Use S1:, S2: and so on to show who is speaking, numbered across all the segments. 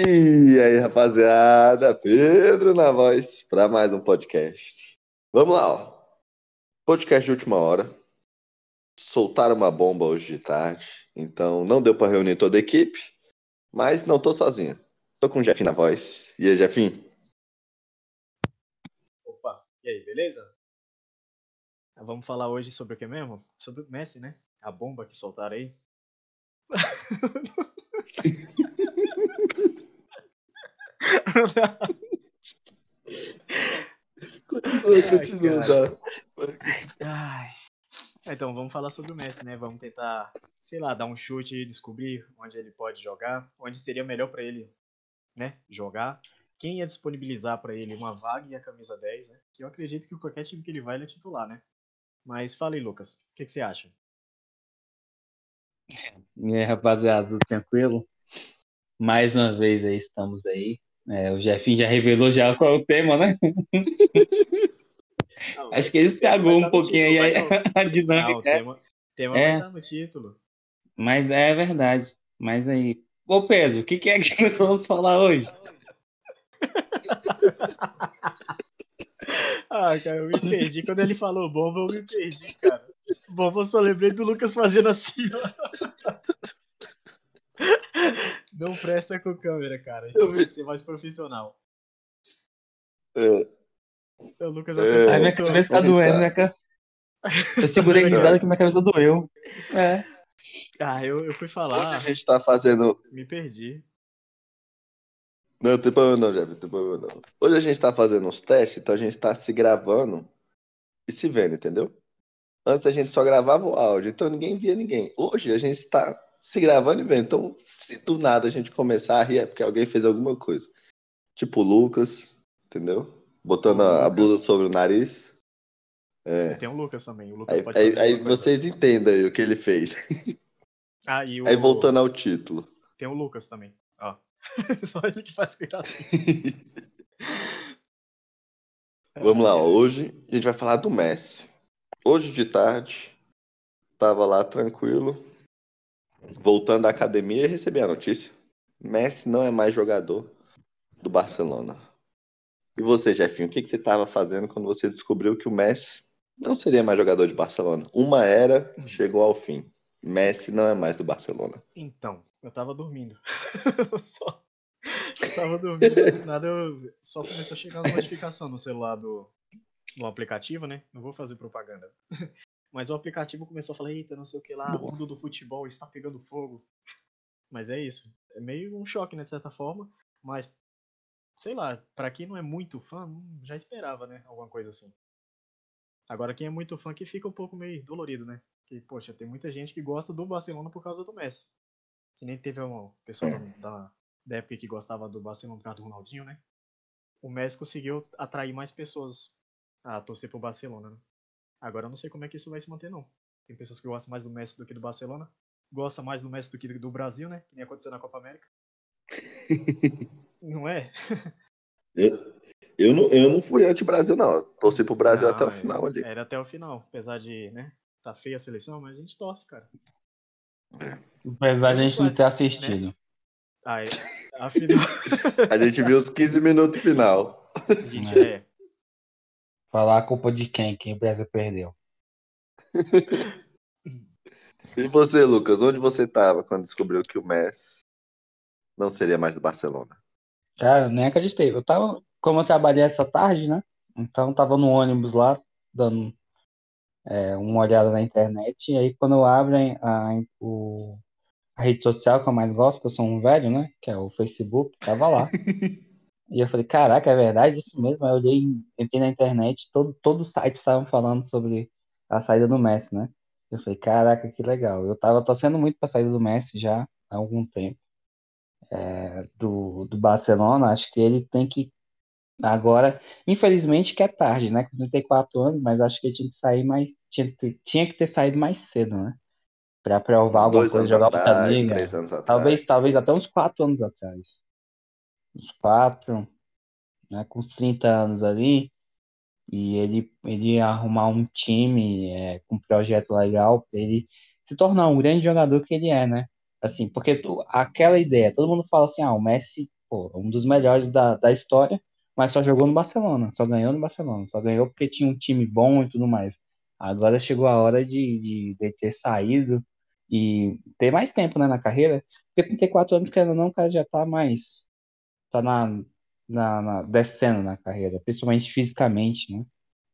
S1: E aí, rapaziada, Pedro na voz para mais um podcast. Vamos lá, ó. Podcast de última hora. Soltaram uma bomba hoje de tarde, então não deu para reunir toda a equipe, mas não tô sozinho. Tô com o Jefim na voz. E aí, Jefim?
S2: Opa, e aí, beleza? Ah, Vamos falar hoje sobre o que mesmo? Sobre o Messi, né? A bomba que soltaram aí.
S1: Continua,
S2: Ai,
S1: continua,
S2: cara.
S1: tá?
S2: Ai. Então, vamos falar sobre o Messi, né? Vamos tentar, sei lá, dar um chute e descobrir onde ele pode jogar, onde seria melhor pra ele, né, jogar. Quem ia disponibilizar pra ele uma vaga e a camisa 10, né? Que eu acredito que qualquer time que ele vai, ele é titular, né? Mas fala aí, Lucas, o que, que você acha?
S3: E aí, rapaziada, tudo tranquilo? Mais uma vez aí estamos aí. É, o Jefinho já revelou já qual é o tema, né? Acho que ele cagou um pouquinho aí a, a
S2: Não, o
S3: dinâmica.
S2: tema, tema vai
S3: É.
S2: estar no título.
S3: Mas é verdade. Mas aí. Ô Pedro, o que, que é que nós vamos falar hoje?
S2: Ah, cara, eu me perdi. Quando ele falou bomba, eu me perdi, cara. Bomba, eu só lembrei do Lucas fazendo assim, ó. Não presta com câmera, cara.
S1: Eu vi.
S2: Tem que ser mais profissional. Então,
S1: É,
S2: O Lucas
S1: É.
S2: até
S3: Ai, minha
S2: se voltou.
S3: cabeça tá
S1: vamos
S3: doendo,
S1: lá.
S3: minha ca- Eu segurei a risada que minha cabeça doeu. É.
S2: Ah, eu, eu fui
S1: Hoje a
S2: falar,
S1: gente tá fazendo
S2: me perdi.
S1: Não, não tem problema não, Jeff, não tem problema não. Hoje a gente tá fazendo uns testes, então a gente tá se gravando e se vendo, entendeu? Antes a gente só gravava o áudio, então ninguém via ninguém. Hoje a gente tá se gravando e vendo, então se do nada a gente começar a rir é porque alguém fez alguma coisa. Tipo o Lucas, entendeu? Botando a, a blusa sobre o nariz. É.
S2: Tem o Lucas também. O Lucas
S1: Aí,
S2: pode
S1: aí,
S2: fazer
S1: aí
S2: alguma coisa.
S1: vocês entendem aí o que ele fez.
S2: Ah, e o...
S1: Aí voltando ao título.
S2: Tem o Lucas também. Ó. Só ele que faz cuidado.
S1: Vamos lá, ó. hoje a gente vai falar do Messi. Hoje de tarde, tava lá tranquilo, voltando da academia e recebi a notícia. Messi não é mais jogador do Barcelona. E você, Jefinho, o que, que você tava fazendo quando você descobriu que o Messi não seria mais jogador de Barcelona? Uma era chegou ao fim. Messi não é mais do Barcelona.
S2: Então, eu tava dormindo. Só- Eu tava dormindo, do nada eu... só começou a chegar as notificações no celular do... do aplicativo, né? Não vou fazer propaganda. Mas o aplicativo começou a falar, eita, não sei o que lá, o
S1: Boa.
S2: mundo do futebol está pegando fogo. Mas é isso. É meio um choque, né, de certa forma. Mas, sei lá, pra quem não é muito fã, hum, já esperava, né? Alguma coisa assim. Agora, quem é muito fã que fica um pouco meio dolorido, né? Que, poxa, tem muita gente que gosta do Barcelona por causa do Messi. Que nem teve uma pessoa da- da, da época que gostava do Barcelona por causa do Ronaldinho, né? O Messi conseguiu atrair mais pessoas a torcer pro Barcelona, né? Agora eu não sei como é que isso vai se manter, não. Tem pessoas que gostam mais do Messi do que do Barcelona. Gosta mais do Messi do que do Brasil, né? Que nem aconteceu na Copa América. não é?
S1: Eu não, eu não fui anti-Brasil, não. Eu Torci pro Brasil
S2: Não,
S1: até o
S2: é-
S1: final ali.
S2: Era até o final. Apesar de, né? Tá feia a seleção, mas a gente torce, cara.
S3: Apesar de a gente não ter assistido.
S2: Ah, é, a final.
S1: A gente viu os 15 minutos final.
S2: a gente é.
S3: Falar a culpa de quem? Quem o Brasil perdeu.
S1: E você, Lucas, onde você estava quando descobriu que o Messi não seria mais do Barcelona?
S3: Cara, eu nem acreditei. Eu tava, como eu trabalhei essa tarde, né? Então eu tava no ônibus lá, dando é, uma olhada na internet. E aí quando eu abro a, a- o- a rede social que eu mais gosto, que eu sou um velho, né? Que é o Facebook, tava lá. E eu falei, caraca, é verdade isso mesmo? Aí eu olhei, entrei na internet, todo, todo os sites estavam falando sobre a saída do Messi, né? Eu falei, caraca, que legal. Eu tava torcendo muito pra saída do Messi já há algum tempo é, do, do Barcelona, acho que ele tem que agora, infelizmente que é tarde, né? Com 34 anos, mas acho que ele tinha que sair mais, tinha, que ter- tinha que ter saído mais cedo, né? Pra provar
S1: Uns
S3: alguma
S1: dois
S3: coisa,
S1: anos
S3: jogar outra
S1: atrás,
S3: liga.
S1: três anos atrás.
S3: Talvez, talvez até uns 4 anos atrás. Uns 4, né? Com uns 30 anos ali. E ele, ele arrumar um time é, com um projeto legal pra ele se tornar um grande jogador que ele é, né? Assim, porque tu- aquela ideia, todo mundo fala assim, ah, o Messi pô, um dos melhores da, da história, mas só jogou no Barcelona, só ganhou no Barcelona, só ganhou porque tinha um time bom e tudo mais. Agora chegou a hora de, de, de ter saído e ter mais tempo né, na carreira, porque 34 anos, querendo ou não, o cara já tá mais. tá na, na, na, descendo na carreira, principalmente fisicamente, né?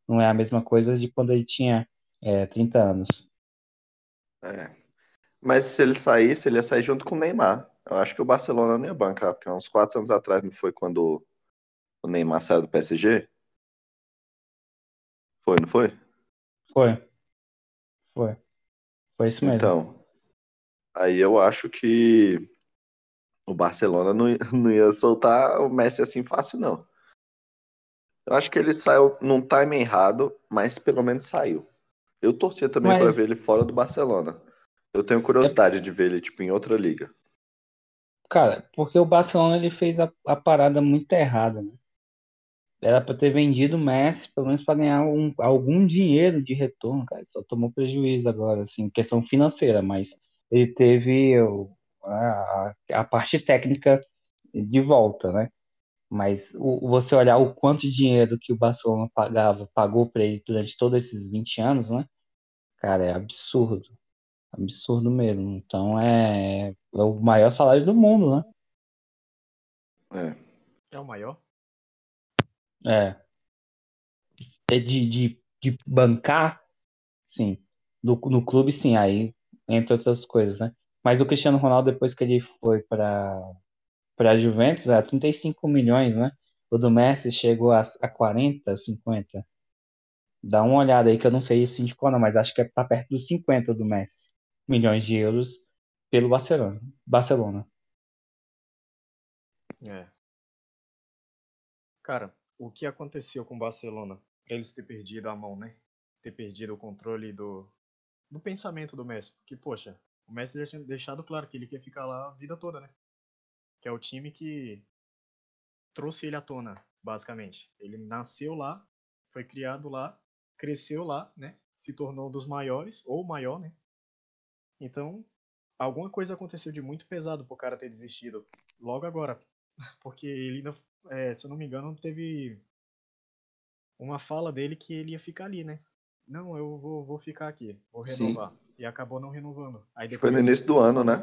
S3: Não é a mesma coisa de quando ele tinha é, 30 anos.
S1: É. Mas se ele saísse, ele ia sair junto com o Neymar. Eu acho que o Barcelona não ia bancar, porque uns 4 anos atrás não foi quando o Neymar saiu do PSG? Foi, não foi?
S3: Foi. Foi. Foi isso mesmo.
S1: Então, aí eu acho que o Barcelona não, não ia soltar o Messi assim fácil, não. Eu acho que ele saiu num time errado, mas pelo menos saiu. Eu torcia também
S3: Mas-
S1: pra ver ele fora do Barcelona. Eu tenho curiosidade de ver ele tipo em outra liga.
S3: Cara, porque o Barcelona ele fez a, a parada muito errada, né? Era pra ter vendido o Messi, pelo menos pra ganhar um- algum dinheiro de retorno, cara. Ele Só tomou prejuízo agora, assim, questão financeira, mas ele teve o- a, a- a parte técnica de volta, né? Mas o- você olhar o quanto de dinheiro que o Barcelona pagava, pagou pra ele durante todos esses 20 anos, né? Cara, é absurdo. Absurdo mesmo. Então é, é o maior salário do mundo, né?
S1: É.
S2: É o maior?
S3: É. É de, de, de bancar, sim. No, no clube, sim, aí entre outras coisas, né? Mas o Cristiano Ronaldo, depois que ele foi para para Juventus, é era 35 milhões, né? O do Messi chegou a, a 40, 50. Dá uma olhada aí, que eu não sei se indicou, não, mas acho que é tá perto dos 50 do Messi. Milhões de euros pelo Barcelona. Barcelona.
S2: É. Cara, o que aconteceu com o Barcelona? Pra eles ter perdido a mão, né? Ter perdido o controle do, do pensamento do Messi. Porque, poxa, o Messi já tinha deixado claro que ele quer ficar lá a vida toda, né? Que é o time que trouxe ele à tona, basicamente. Ele nasceu lá, foi criado lá, cresceu lá, né? Se tornou um dos maiores, ou o maior, né? Então, alguma coisa aconteceu de muito pesado pro cara ter desistido logo agora. Porque ele ainda, é, se eu não me engano, teve uma fala dele que ele ia ficar ali, né? Não, eu vou, vou ficar aqui, vou
S1: Sim.
S2: renovar. E acabou não renovando. Aí
S1: Foi
S2: depois
S1: no início do ano, né?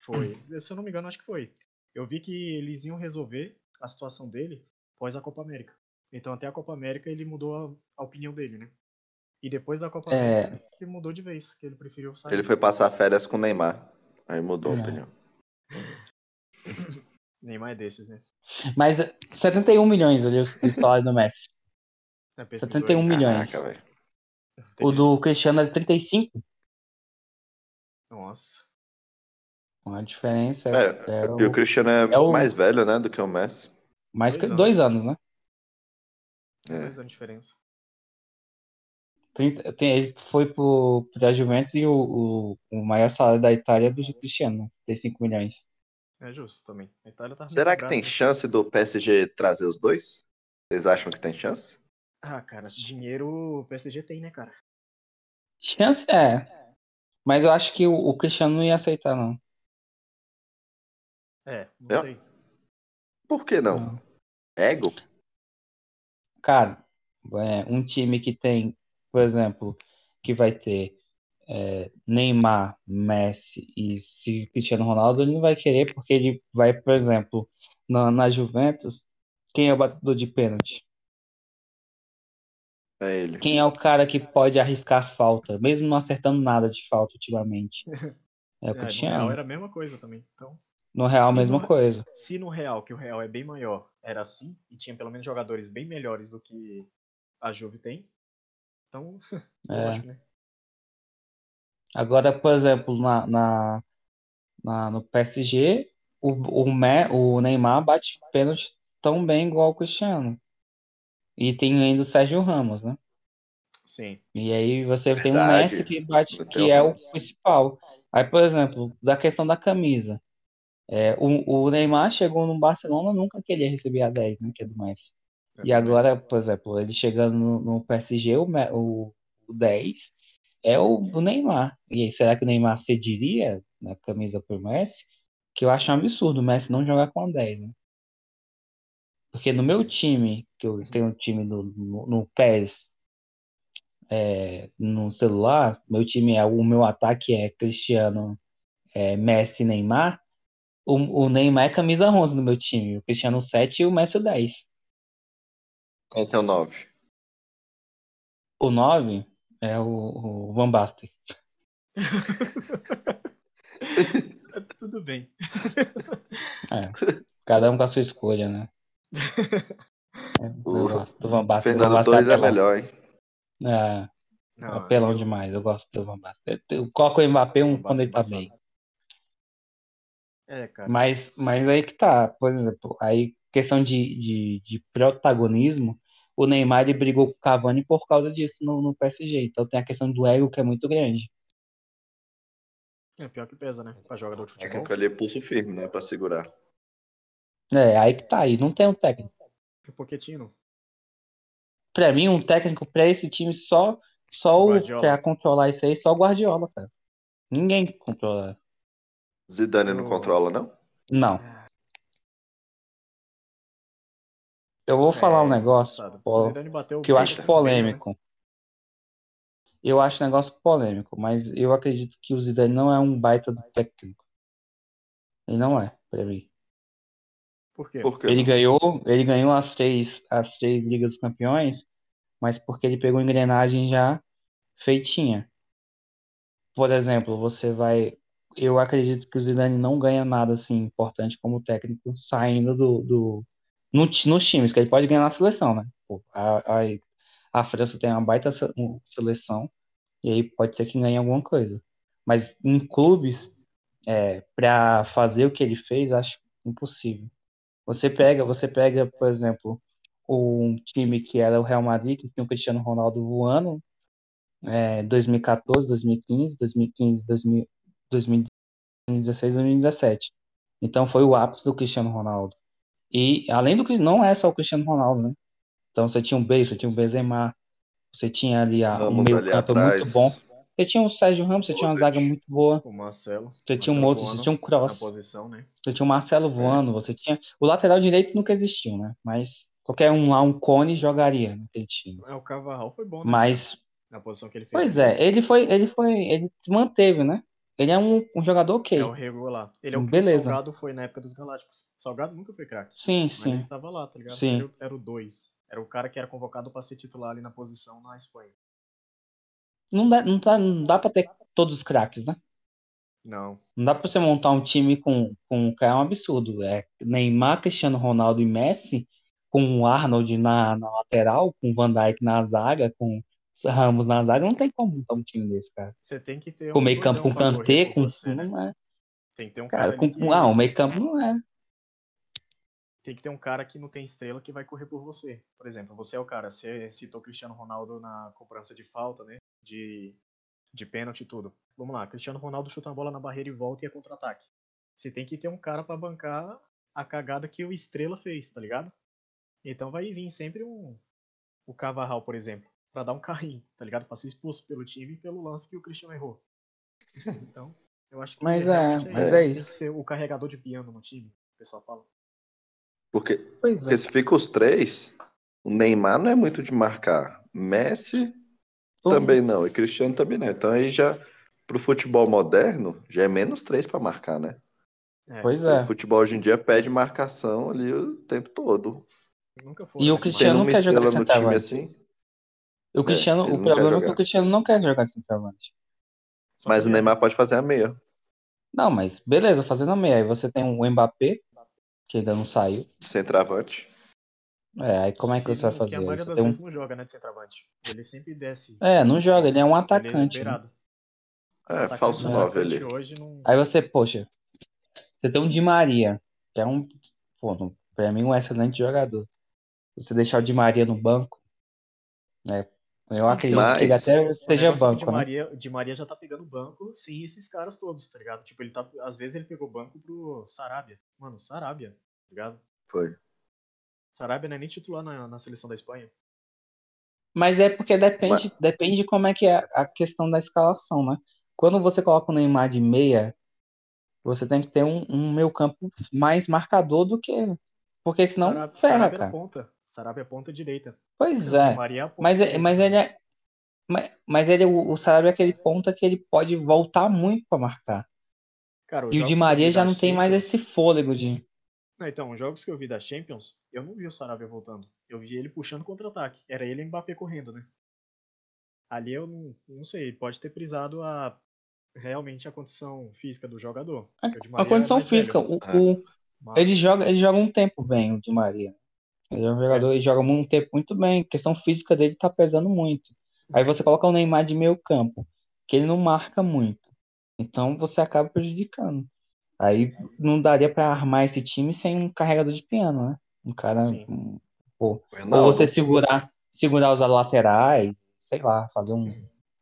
S2: foi. Se eu não me engano, acho que foi. Eu vi que eles iam resolver a situação dele após a Copa América. Então até a Copa América ele mudou a, a opinião dele, né? E depois da Copa
S3: É.
S2: América que mudou de vez, que ele preferiu sair.
S1: Ele foi passar férias com o Neymar. Aí mudou a
S3: Não.
S1: opinião.
S2: Neymar é desses, né?
S3: Mas é, 71 milhões ali o salário do Messi.
S2: É, pesquisou
S3: 71
S2: aí.
S3: milhões.
S1: Caraca, velho.
S3: O do Cristiano é era 35.
S2: Nossa.
S3: A diferença
S1: É,
S3: é, é o-
S1: E o Cristiano é,
S3: é o-
S1: mais velho, né, do que o Messi.
S3: mais que
S2: dois
S3: dois anos, né?
S1: É.
S2: Dois anos de diferença.
S3: 30 tem- ele foi pro, pra Juventus e o, o, o maior salário da Itália é do Cristiano, né? 35 milhões.
S2: É justo também. A Itália tá
S1: Será que tem chance do PSG trazer os dois? Vocês acham que tem chance?
S2: Ah, cara, dinheiro o PSG tem, né, cara?
S3: Chance é. Mas eu acho que o, o Cristiano não ia aceitar, não.
S2: É, não
S1: Eu-
S2: sei.
S1: Por que não? Ego?
S3: Cara, é, um time que tem, por exemplo, que vai ter é, Neymar, Messi e se Cristiano Ronaldo, ele não vai querer porque ele vai, por exemplo, na, na Juventus, quem é o batedor de pênalti?
S1: É ele.
S3: Quem é o cara que pode arriscar falta, mesmo não acertando nada de falta ultimamente? É
S2: É,
S3: o
S2: no Real
S3: Cristiano.
S2: era a mesma coisa também. Então,
S3: No Real, a
S2: Sim,
S3: mesma
S2: no-
S3: coisa.
S2: Se no Real, que o Real é bem maior, era assim, e tinha pelo menos jogadores bem melhores do que a Juve tem, então,
S3: É.
S2: lógico, né?
S3: Agora, por exemplo, na, na, na- no PSG, o, o, Me- o Neymar bate pênalti tão bem igual o Cristiano. E tem ainda o Sérgio Ramos, né?
S2: Sim.
S3: E aí você tem o
S1: Verdade.
S3: Messi que bate,
S1: Não tem
S3: que
S1: o
S3: é o
S1: Ramos.
S3: principal. Aí, por exemplo, da questão da camisa. É, o, o Neymar chegou no Barcelona, nunca queria receber a 10, né? Que é do Messi.
S2: é
S3: E
S2: do
S3: agora,
S2: Messi.
S3: por exemplo, ele chegando no, no PSG, o, Me- o, o 10 é o, o Neymar. E aí, será que o Neymar cediria na camisa pro Messi? Que eu acho um absurdo o Messi não jogar com a 10, né? Porque no meu time, que eu tenho um time no, no, no PES, é, no celular, meu time é, o meu ataque é Cristiano, é, Messi, Neymar. O, o Neymar é camisa 11 no meu time, o Cristiano 7 e o Messi o 10.
S1: Quem tem o 9?
S3: O 9 é o, o Van Basten.
S2: Tudo bem.
S3: É, cada um com a sua escolha, né? É, eu
S1: O
S3: gosto do Van Basten. o Van
S1: Fernando
S3: Basten
S1: 2 é
S3: apelão.
S1: melhor, hein?
S3: É,
S2: Não,
S3: apelão
S2: Ah, eu-
S3: demais, eu gosto do Van Basten. Eu coloco o Mbappé um
S2: Van
S3: quando ele tá
S2: Basten
S3: bem.
S2: É, cara.
S3: Mas, mas aí que tá, por exemplo, aí questão de, de, de protagonismo, o Neymar ele brigou com o Cavani por causa disso no, no PSG. Então tem a questão do ego que é muito grande.
S2: É pior que pesa, né? Pra jogador de
S1: É
S2: futebol.
S1: que ele é pulso firme, né? Pra segurar.
S3: É, aí que tá, aí não tem um técnico.
S2: Que Poquetino.
S3: Pra mim, um técnico pra esse time só, só o,
S2: Guardiola.
S3: pra controlar isso aí, só o Guardiola, cara. Ninguém controla.
S1: Zidane não
S2: Eu-
S1: controla, não?
S3: Não.
S2: É,
S3: Eu
S2: É,
S3: vou falar um negócio, Paulo,
S2: Zidane bateu o
S3: que eu
S2: Bale,
S3: acho
S2: né?
S3: polêmico. Eu acho um negócio polêmico, mas eu acredito que o Zidane não é um baita do técnico. Ele não é, pra mim.
S2: Por quê?
S1: Por quê?
S3: Ele ganhou, ele ganhou as três, as três Ligas dos Campeões, mas porque ele pegou engrenagem já feitinha. Por exemplo, você vai. Eu acredito que o Zidane não ganha nada assim importante como técnico saindo do. do no ti- nos times, que ele pode ganhar na seleção, né? Pô, a, a, a França tem uma baita se- um- seleção, e aí pode ser que ganhe alguma coisa. Mas em clubes, é, para fazer o que ele fez, acho impossível. Você pega, você pega, por exemplo, um time que era o Real Madrid, que tinha o Cristiano Ronaldo voando, é, 2014, 2015, 2015, 2000, 2016, 2017. Então foi o ápice do Cristiano Ronaldo. E além do que não é só o Cristiano Ronaldo, né? Então você tinha o Bale, você tinha o Benzema, você tinha ali a, um
S1: Ramos ali
S3: meio-campo
S1: atrás.
S3: muito bom. Você tinha o Sérgio Ramos, você tinha uma zaga
S1: Modric.
S3: muito boa,
S2: O Marcelo.
S3: você tinha um
S2: Marcelo
S3: outro, você
S2: voando
S3: tinha um
S2: Na
S3: Cross.
S2: posição, né?
S3: Você tinha o Marcelo voando, você tinha. O lateral direito nunca existiu, né? Mas qualquer um lá, um cone, jogaria naquele time.
S2: É, o Cavarral foi bom, né?
S3: Mas,
S2: Na posição que ele fez.
S3: pois é, ele foi, ele foi, ele se manteve, né? Ele é um, um jogador ok.
S2: É o regular. Ele é o que o
S3: Beleza.
S2: Salgado foi na época dos Galácticos. Salgado nunca foi craque.
S3: Sim,
S2: Mas
S3: sim.
S2: ele tava lá, tá ligado?
S3: Sim.
S2: Era, o- era o 2. Era o cara que era convocado pra ser titular ali na posição na Espanha.
S3: Não dá, não dá, não dá pra ter todos os craques, né?
S2: Não.
S3: Não dá pra você montar um time com, com um cara, é um absurdo. É Neymar, Cristiano Ronaldo e Messi, com o Arnold na, na lateral, com o Van Dijk na zaga, com o Ramos na zaga, não tem como montar um time desse, cara.
S2: Você tem um que ter
S3: Com meio
S2: doidão
S3: campo com
S2: pra correr
S3: Kanté,
S2: por
S3: com.
S2: você, né?
S3: Não é.
S2: Tem que ter um cara,
S3: Cara,
S2: ali
S3: com.
S2: que...
S3: Ah, o meio campo não é.
S2: tem que ter um cara que não tem estrela que vai correr por você. Por exemplo, você é o cara, você citou Cristiano Ronaldo na cobrança de falta, né? De, de pênalti e tudo. Vamos lá, Cristiano Ronaldo chuta uma bola na barreira e volta e é contra-ataque. Você tem que ter um cara pra bancar a cagada que o estrela fez, tá ligado? Então vai vir sempre um o Cavarral, por exemplo, pra dar um carrinho, tá ligado? Pra ser expulso pelo time e pelo lance que o Cristiano errou. Então, eu acho que
S3: Mas é,
S2: realmente
S3: mas é
S2: Tem que
S3: isso.
S2: ser o carregador de piano no time, o pessoal fala.
S1: Porque,
S3: Pois
S1: porque se fica os três, o Neymar não é muito de marcar. Messi também não. E Cristiano também não. Então aí já, pro futebol moderno, já é menos três pra marcar, né?
S2: É,
S3: Pois
S1: O
S3: é.
S1: futebol hoje em dia pede marcação ali o tempo todo.
S2: nunca foi.
S3: E o
S2: né,
S3: Cristiano-
S1: Tendo
S3: não
S1: uma
S3: quer jogar
S1: estrela no time
S3: centroavante.
S1: assim.
S3: O Cristiano,
S1: né, ele
S3: o
S1: não quer
S3: problema é que
S1: jogar.
S3: o Cristiano não quer jogar centroavante.
S2: Só
S1: Mas o
S2: que é,
S1: Neymar pode fazer a meia.
S3: Não, mas beleza, fazendo a meia. Aí você tem o Mbappé, que ainda não saiu.
S1: Centroavante.
S3: É, aí como é que
S2: ele
S3: você vai
S2: não-
S3: fazer?
S2: Que a
S3: Aí
S2: maioria
S3: você
S2: das
S3: tem um-
S2: vezes não joga, né, de centroavante. Ele sempre desce.
S3: É, não joga, ele é um
S2: Ele
S3: atacante. né?
S2: beirado.
S1: É,
S2: Atacante-
S1: falso
S3: é.
S1: nove ali.
S2: atacante Hoje não...
S3: Aí você, poxa, você tem um Di Maria, que é um, pô, não- pra mim, um excelente jogador. Você deixar o Di Maria no banco, né? Eu acredito que ele
S1: Mas-
S3: até
S2: O
S3: seja
S2: negócio é que o
S3: banco,
S2: Di
S3: né?
S2: Maria, o Di Maria já tá pegando banco sem esses caras todos, tá ligado? Tipo, ele tá. Às vezes ele pegou banco pro Sarabia. Mano, Sarabia, tá ligado?
S1: Foi.
S2: Sarabia não é nem titular na, na seleção da Espanha.
S3: Mas é porque depende, depende de como é que é a questão da escalação, né? Quando você coloca o Neymar de meia, você tem que ter um, um meio-campo mais marcador do que Porque senão
S2: Sarabia,
S3: ferra,
S2: Sarabia é né?
S3: cara.
S2: na ponta. Sarabia é ponta direita. Então,
S3: Pois é.
S2: Maria a ponta
S3: Mas, é-
S2: direita.
S3: mas ele é. Mas, mas ele, o, o Sarabia é aquele ponta que ele pode voltar muito pra marcar.
S2: Cara, os
S3: E o Di
S2: jogos que eu
S3: Maria
S2: vi
S3: já
S2: da
S3: não tem mais
S2: Champions-
S3: esse fôlego de.
S2: Não, então, os jogos que eu vi da Champions, eu não vi o Sarabia voltando. Eu vi ele puxando contra-ataque. Era ele e o Mbappé correndo, né? Ali eu não, não sei, pode ter prisado a realmente a condição física do jogador.
S3: A,
S2: porque o Di
S3: a
S2: Maria
S3: condição
S2: é mais velho,
S3: física. O,
S1: Ah.
S3: o-
S2: mas-
S3: ele, joga, ele joga um tempo bem, o Di Maria. Ele é um jogador, ele joga um tempo muito bem. A questão física dele tá pesando muito. Aí você coloca o Neymar de meio campo, que ele não marca muito. Então você acaba prejudicando. Aí não daria pra armar esse time sem um carregador de piano, né? Um cara.
S2: Sim.
S3: um- Ou
S1: Ronaldo,
S3: você segurar, segurar os laterais, sei lá, fazer um,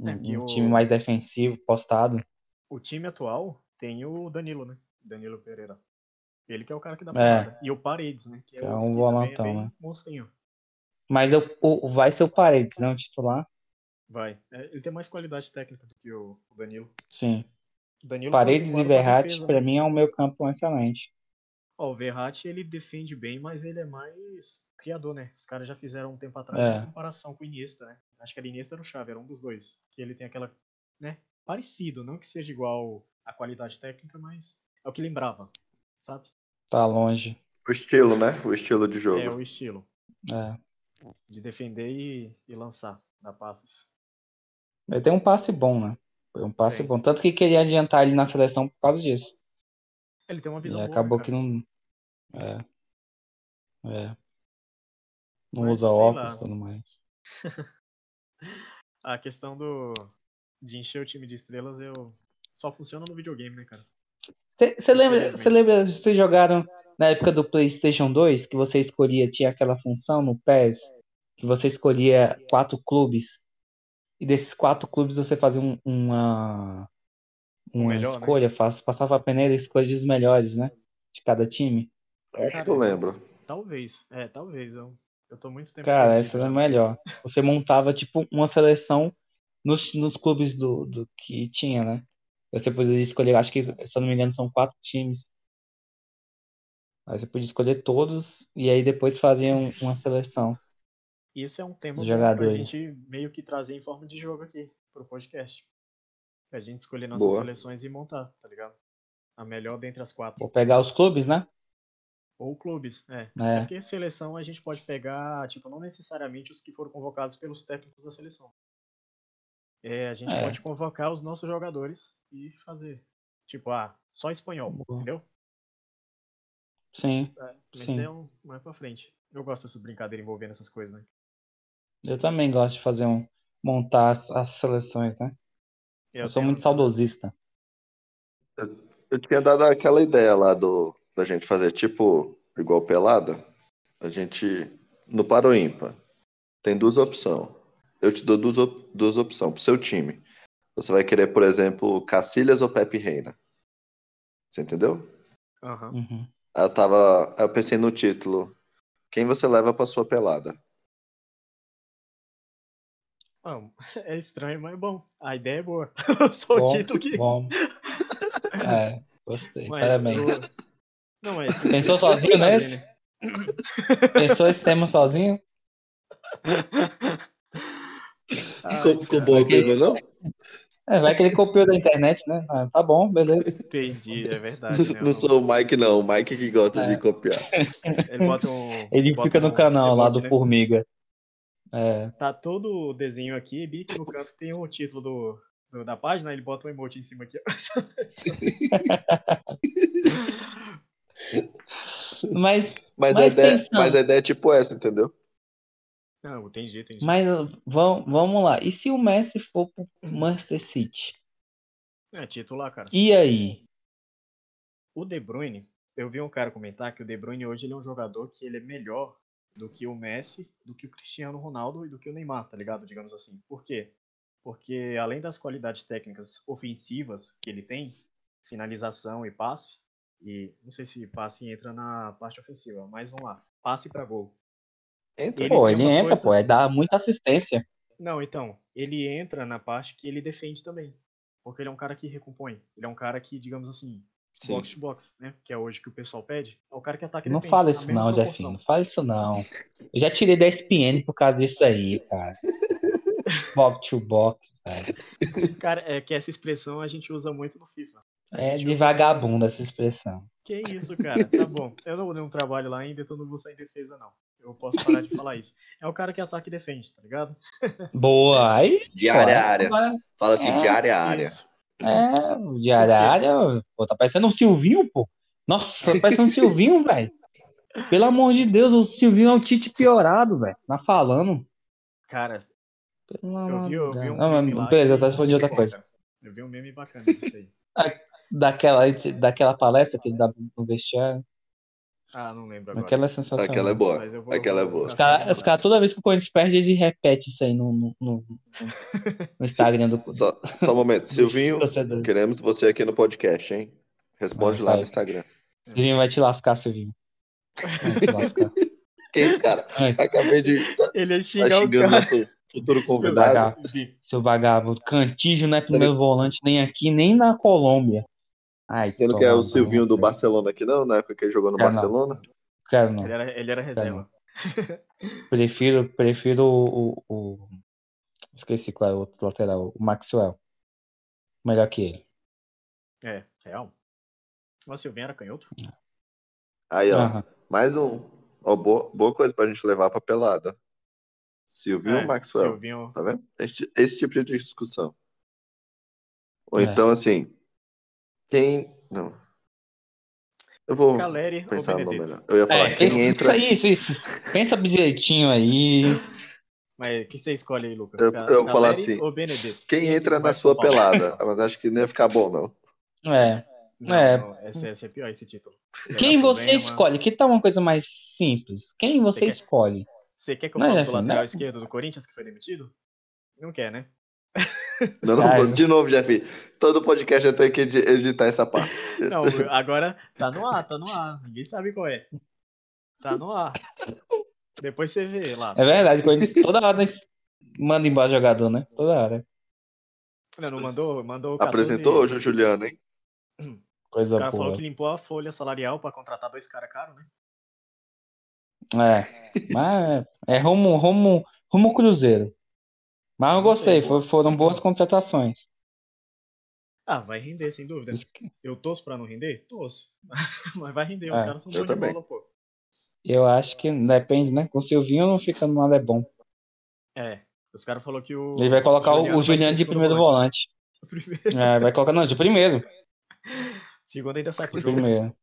S3: um-
S2: É, que
S3: um
S2: o-
S3: time mais defensivo, postado.
S2: O time atual tem o Danilo, né? Danilo Pereira. Ele que é o cara que dá
S3: É.
S2: parada. E o Paredes, né? Que é,
S3: Que é
S2: outro
S3: um
S2: que também
S3: volantão,
S2: é bem
S3: né?
S2: monstrinho.
S3: Mas eu, o, vai ser o Paredes, não o titular?
S2: Vai. É, ele tem mais qualidade técnica do que o o Danilo.
S3: Sim.
S2: O Danilo tá foi
S3: Paredes e
S2: adequado pra
S3: Verratti,
S2: defesa, né?
S3: pra mim, é um meio campo excelente.
S2: Ó, o Verratti, ele defende bem, mas ele é mais criador, né? Os caras já fizeram um tempo atrás
S3: É.
S2: uma comparação com o Iniesta, né? Acho que era Iniesta era o Xavi, era um dos dois. Que ele tem aquela, né? Parecido, não que seja igual a qualidade técnica, mas é o que lembrava, sabe?
S3: Tá longe.
S1: o estilo, né? O estilo de jogo.
S2: É o estilo
S3: É.
S2: de defender e, e lançar, dar passes.
S3: Ele tem um passe bom, né? Foi um passe
S2: Tem.
S3: bom. Tanto que queria adiantar ele na seleção por causa disso.
S2: Ele tem uma
S3: E
S2: visão boa, né,
S3: acabou
S2: cara?
S3: que não. É. É. Não
S2: Mas,
S3: usa
S2: sei
S3: óculos
S2: lá.
S3: e tudo mais.
S2: A questão do de encher o time de estrelas, eu só funciona no videogame, né, cara?
S3: Você lembra,
S2: Infelizmente.
S3: você lembra, vocês jogaram na época do PlayStation 2 que você escolhia, tinha aquela função no PES, que você escolhia quatro clubes, e desses quatro clubes você fazia um- uma, uma
S2: melhor, né?
S3: escolha, faz- passava a peneira e escolhia os melhores, né? De cada time.
S1: É, Acho que eu lembro.
S2: Talvez, é, talvez. Eu, eu tô muito tempo
S3: Cara,
S2: perdido né?
S3: essa
S2: já.
S3: era melhor. Você montava, tipo, uma seleção nos, nos clubes do, do que tinha, né? Você poderia escolher, acho que, se eu não me engano, são quatro times. Aí você podia escolher todos e aí depois fazer um- uma seleção.
S2: Isso é um tema bom pra
S3: Jogadores.
S2: gente meio que trazer em forma de jogo aqui pro podcast. A gente escolher nossas
S1: Boa.
S2: seleções e montar, tá ligado? A melhor dentre as quatro.
S3: Vou pegar os clubes, né?
S2: Ou clubes, é.
S3: É.
S2: Porque seleção a gente pode pegar, tipo, não necessariamente os que foram convocados pelos técnicos da seleção. É, a gente
S3: É.
S2: pode convocar os nossos jogadores e fazer. Tipo, ah, só espanhol,
S3: Boa.
S2: entendeu?
S3: Sim,
S2: Mas
S3: Sim.
S2: é um mais pra frente. Eu gosto dessas brincadeiras envolvendo essas coisas, né?
S3: eu também gosto de fazer um, montar as, as seleções, né? Eu sou
S2: tenho-
S3: muito saudosista.
S1: Eu tinha dado aquela ideia lá do da gente fazer tipo igual pelada. A gente no Paro Ímpar tem duas opções. Eu te dou duas, op- duas opções pro seu time. Você vai querer, por exemplo, Cacilhas ou Pepe Reina. Você entendeu?
S2: Aham.
S3: Uhum.
S1: Eu tava, eu pensei no título. Quem você leva pra sua pelada?
S2: Ah, é estranho, mas é bom. A ideia é boa. Só o
S3: Bom,
S2: título que.
S3: bom. É, gostei.
S2: mas
S3: Parabéns.
S2: eu- Não, mas.
S3: Pensou sozinho né? nesse?
S2: né?
S3: Pensou esse tema sozinho?
S2: Ai, cara,
S1: bom
S3: aqui,
S1: não?
S3: É, vai que ele copiou da internet, né? Ah, tá bom, beleza.
S2: entendi, é verdade. Né?
S1: Não sou o Mike, não. O Mike que gosta
S3: É.
S1: de copiar.
S2: Ele bota um.
S3: Ele
S2: bota
S3: fica
S2: um
S3: no canal lá
S2: emoji,
S3: do
S2: né?
S3: Formiga. É,
S2: Tá todo o desenho aqui, é bem que no canto tem o título do, do- da página, ele bota um emoji em cima aqui.
S3: mas,
S1: Mas,
S3: Mas
S1: a ideia,
S3: pensando-
S1: mas a ideia é tipo essa, entendeu?
S2: Não, entendi, entendi.
S3: mas vamos, vamos lá. E se o Messi for pro Manchester City?
S2: É título lá, cara.
S3: E aí?
S2: O De Bruyne, eu vi um cara comentar que o De Bruyne hoje ele é um jogador que ele é melhor do que o Messi, do que o Cristiano Ronaldo e do que o Neymar, tá ligado? Digamos assim. Por quê? Porque além das qualidades técnicas ofensivas que ele tem, finalização e passe, e não sei se passe entra na parte ofensiva, mas vamos lá, passe pra gol.
S1: Entra.
S2: Ele
S3: Pô,
S2: tem
S3: ele
S2: uma
S3: entra,
S2: coisa-
S3: pô. É dar muita assistência.
S2: Não, então, ele entra na parte que ele defende também, porque ele é um cara que recompõe, ele é um cara que, digamos assim,
S1: Sim.
S2: box to box, né? Que é hoje que o pessoal pede. É o cara que ataca e
S3: Não
S2: defende,
S3: fala
S2: na
S3: isso
S2: mesma
S3: não,
S2: proporção.
S3: Jefinho. Não fala isso não. Eu já tirei da SPN por causa disso aí, cara. Box to box, cara.
S2: Cara, é que essa expressão a gente usa muito no FIFA. A
S3: É
S2: gente
S3: de
S2: usa assim,
S3: vagabundo essa expressão.
S2: Que isso, cara. Tá bom. Eu não, não trabalho lá ainda, então não vou sair em defesa, não. Eu posso parar de falar isso. É o cara que ataca e defende, tá ligado?
S3: Boa, aí.
S1: De área a área.
S3: Agora,
S1: Fala assim,
S3: É,
S1: de área a área.
S2: Isso.
S3: É, o de área a área, pô, tá parecendo um Silvinho, pô. Nossa, tá parecendo um Silvinho, velho. Pelo amor de Deus, o Silvinho é um Tite piorado, velho. Tá falando.
S2: Cara,
S3: Pelo
S2: eu
S3: amor
S2: vi,
S3: de
S2: eu vi
S3: Deus.
S2: um.
S3: Não,
S2: meme
S3: mas
S2: lá
S3: beleza, eu
S2: que-
S3: tô respondendo outra
S2: Bom,
S3: coisa.
S2: cara, Eu vi um meme bacana disso aí.
S3: Daquela, daquela palestra que ele dá no vestiário.
S2: Ah, não lembro agora.
S3: Aquela é sensacional.
S1: Aquela é boa.
S2: Mas eu vou-
S1: Aquela é
S2: vou-
S1: boa.
S3: Os caras,
S2: Nossa,
S3: cara, toda vez que o Corinthians perde, eles repetem isso aí no, no, no, no Instagram do do
S1: Só, só um momento. Silvinho,
S3: torcedor.
S1: queremos você aqui no podcast, hein? Responde
S3: Vai,
S1: lá
S3: vai.
S1: no Instagram.
S3: Silvinho vai te lascar, Silvinho. Vai te lascar.
S1: Quem é esse cara?
S3: Ai,
S1: Acabei de tá,
S2: Ele ia xingar
S1: tá
S2: o
S1: xingando
S2: cara.
S1: nosso futuro convidado.
S3: Vagabundo. Seu vagabundo. Cantígio não é primeiro volante nem aqui, nem na Colômbia. Ai,
S1: Sendo que é o
S3: tomar,
S1: Silvinho do
S3: mano.
S1: Barcelona aqui, não? Na época que ele jogou no
S3: É, não.
S1: Barcelona?
S3: Quero não.
S2: Ele era, ele era reserva.
S3: Prefiro, prefiro o, o- o- Esqueci qual é o outro lateral. O Maxwell. Melhor que ele.
S2: É, real. Nossa, o Silvinho era canhoto?
S1: Aí, ó.
S3: Aham.
S1: Mais um. Ó, boa, boa coisa pra gente levar pra pelada. Silvinho
S3: É,
S1: ou Maxwell?
S2: Ah, Silvinho.
S1: Tá vendo? Esse, esse tipo de discussão. Ou
S3: É.
S1: então, assim, quem. Não. Eu vou
S2: Caleri ou
S1: pensar no nome
S2: Benedetto?
S1: melhor. Eu ia falar,
S3: É, pensa,
S1: quem entra.
S3: isso, isso. Pensa direitinho aí.
S2: Mas o que você escolhe aí, Lucas?
S1: Eu-
S2: Ca-
S1: eu vou falar
S2: Caleri
S1: assim,
S2: ou Benedetto?
S1: Quem entra na
S2: Vai,
S1: sua
S2: São Paulo.
S1: pelada? Ah, Mas acho que não ia ficar bom, não.
S3: É.
S2: Não,
S3: É.
S2: não, essa, essa é pior, esse título. Vai
S3: Quem
S2: dar
S3: você
S2: problema.
S3: escolhe? Que tal uma coisa mais simples? Quem você
S2: quer-
S3: escolhe?
S2: Você quer que eu
S3: Não,
S2: fale
S3: é,
S2: do
S3: filho,
S2: lateral
S3: não.
S2: esquerdo do Corinthians que foi demitido? Não quer, né?
S1: Não, não,
S3: Ai.
S1: de novo, Jeff. Todo podcast eu tenho que edi- editar essa parte.
S2: Não, agora tá no ar, tá no ar. Ninguém sabe qual é. Tá no ar. Depois você vê lá.
S3: É verdade, o Corinthians toda hora nós manda embora jogador, né? Toda hora.
S2: Não, não mandou, mandou 14.
S1: Apresentou hoje o Juliano, hein?
S2: Os
S3: Coisa
S2: caras falaram
S3: boa.
S2: que limpou a folha salarial pra contratar dois caras caros, né?
S3: É. Mas é rumo, rumo, rumo Cruzeiro. Mas eu
S2: Não sei,
S3: gostei,
S2: pô.
S3: fo- foram boas contratações.
S2: Ah, vai render, sem dúvida. Eu torço pra não render? Torço. Mas vai render, os
S3: É,
S2: caras são
S1: eu
S2: bons de
S1: também.
S2: bola, pô.
S3: Eu acho que depende, né? Com o Silvinho não fica nada bom.
S2: É, os caras falaram que o.
S3: Ele vai colocar o, o
S2: vai ser
S3: Juliano de
S2: segundo
S3: primeiro volante.
S2: Primeiro-
S3: É, vai colocar, não, de primeiro.
S2: Segundo ainda sai pro
S3: De
S2: jogo.
S3: primeiro.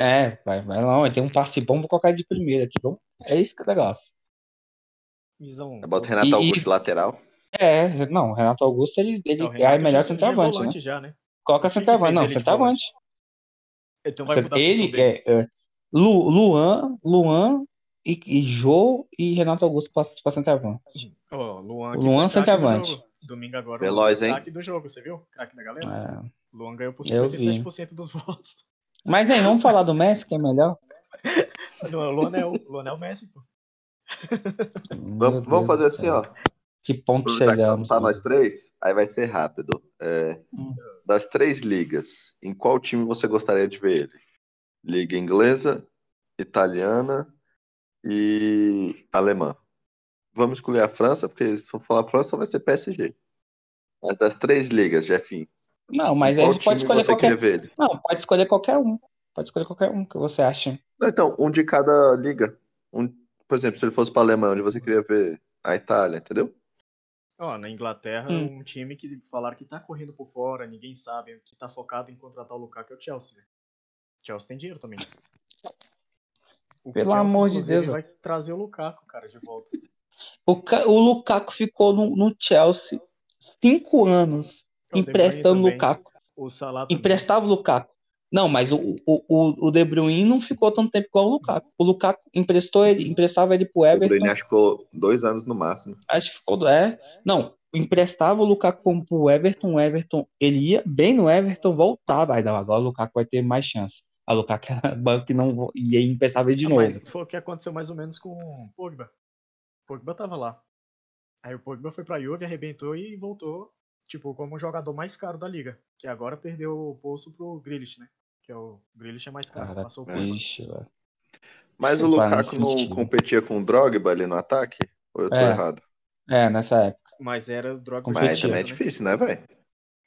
S3: É, vai, vai lá, tem um passe bom, vou colocar ele de primeiro aqui. Vamos- É isso que é negócio.
S2: Visão.
S1: Bota o Renato
S3: E-
S1: Augusto de lateral.
S3: É, não, o Renato Augusto, ele, ele
S2: Não, o
S3: é
S2: Renato
S3: melhor
S2: já- já é
S3: centroavante, né?
S2: volante já, né?
S3: Coloca
S2: O que que
S3: centroavante,
S2: fez
S3: não,
S2: ele de
S3: centroavante.
S2: Então vai mudar a função
S3: Ele
S2: dele.
S3: é, é Lu- Luan, Luan e, e Jô e Renato Augusto pra, pra centroavante.
S2: Ó, Luan,
S3: O
S2: que foi craque
S3: Luan
S2: do
S3: centroavante.
S2: jogo. Domingo agora.
S1: Veloz,
S2: o
S1: hein?
S2: Craque do jogo, você viu? Craque da galera.
S3: É.
S2: Luan ganhou por
S3: Eu vi.
S2: 57% dos votos.
S3: Mas nem, vamos falar do Messi, que é melhor.
S2: Não, Luan é o, Luan é o Messi, pô.
S1: Vamos,
S3: Meu
S1: vamos
S3: Deus
S1: fazer
S3: do
S1: assim,
S3: céu.
S1: ó.
S3: Que ponto
S1: Aproveitar que só
S3: chegamos.
S1: tá nós três, aí vai ser rápido. É,
S3: Hum.
S1: Das três ligas, em qual time você gostaria de ver ele? Liga inglesa, italiana e alemã. Vamos escolher a França, porque se for falar França vai ser PSG. Mas das três ligas, Jefinho.
S3: Não, mas
S1: em
S3: aí a
S1: qual
S3: gente pode
S1: time
S3: escolher
S1: você queria
S3: qualquer.
S1: ver ele?
S3: Não, pode escolher qualquer um. Pode escolher qualquer um que você acha.
S1: Não, Então, um de cada liga. Um, por exemplo, se ele fosse pra Alemanha, onde você queria ver a Itália, entendeu?
S2: Ó, na Inglaterra,
S3: Hum.
S2: um time que falaram que tá correndo por fora, ninguém sabe, que tá focado em contratar o Lukaku é o Chelsea, né? O Chelsea tem dinheiro também. né? O
S3: Pelo amor de
S2: inclusive,
S3: Deus,
S2: vai trazer o Lukaku, cara, de volta.
S3: O, Ca- o Lukaku ficou no, no Chelsea cinco anos
S2: O De Bruyne
S3: emprestando o
S2: também,
S3: Lukaku.
S2: O Salah também.
S3: emprestava o Lukaku. Não, mas o, o, o, o De Bruyne não ficou tanto tempo igual o Lukaku. O Lukaku emprestou ele, emprestava ele
S1: O
S3: pro
S1: Bruyne
S3: Everton.
S1: acho que ficou dois anos no máximo.
S3: Acho que ficou. É, não, emprestava o Lukaku pro Everton. O Everton, ele ia bem no Everton, voltava. Aí, não, agora o Lukaku vai ter mais chance. A Lukaku era banco que não vo- e aí emprestava ele de
S2: Ah,
S3: novo.
S2: Mas foi o que aconteceu mais ou menos com o Pogba. O Pogba tava lá. Aí o Pogba foi pra Juve, arrebentou e voltou. tipo, como o jogador mais caro da liga, que agora perdeu o posto pro Grealish, né? Que é o Grealish é mais caro,
S3: Cara,
S2: passou o
S1: é.
S2: Koeman.
S3: Ixi, velho.
S1: Mas o
S3: Não faz um
S1: Lukaku não
S3: sentido.
S1: competia com o Drogba ali no ataque? Ou eu tô
S3: É.
S1: errado?
S3: É, nessa época.
S2: Mas era o Drogba.
S1: Mas aí
S3: Competia.
S1: também é
S2: né?
S1: difícil, né, velho?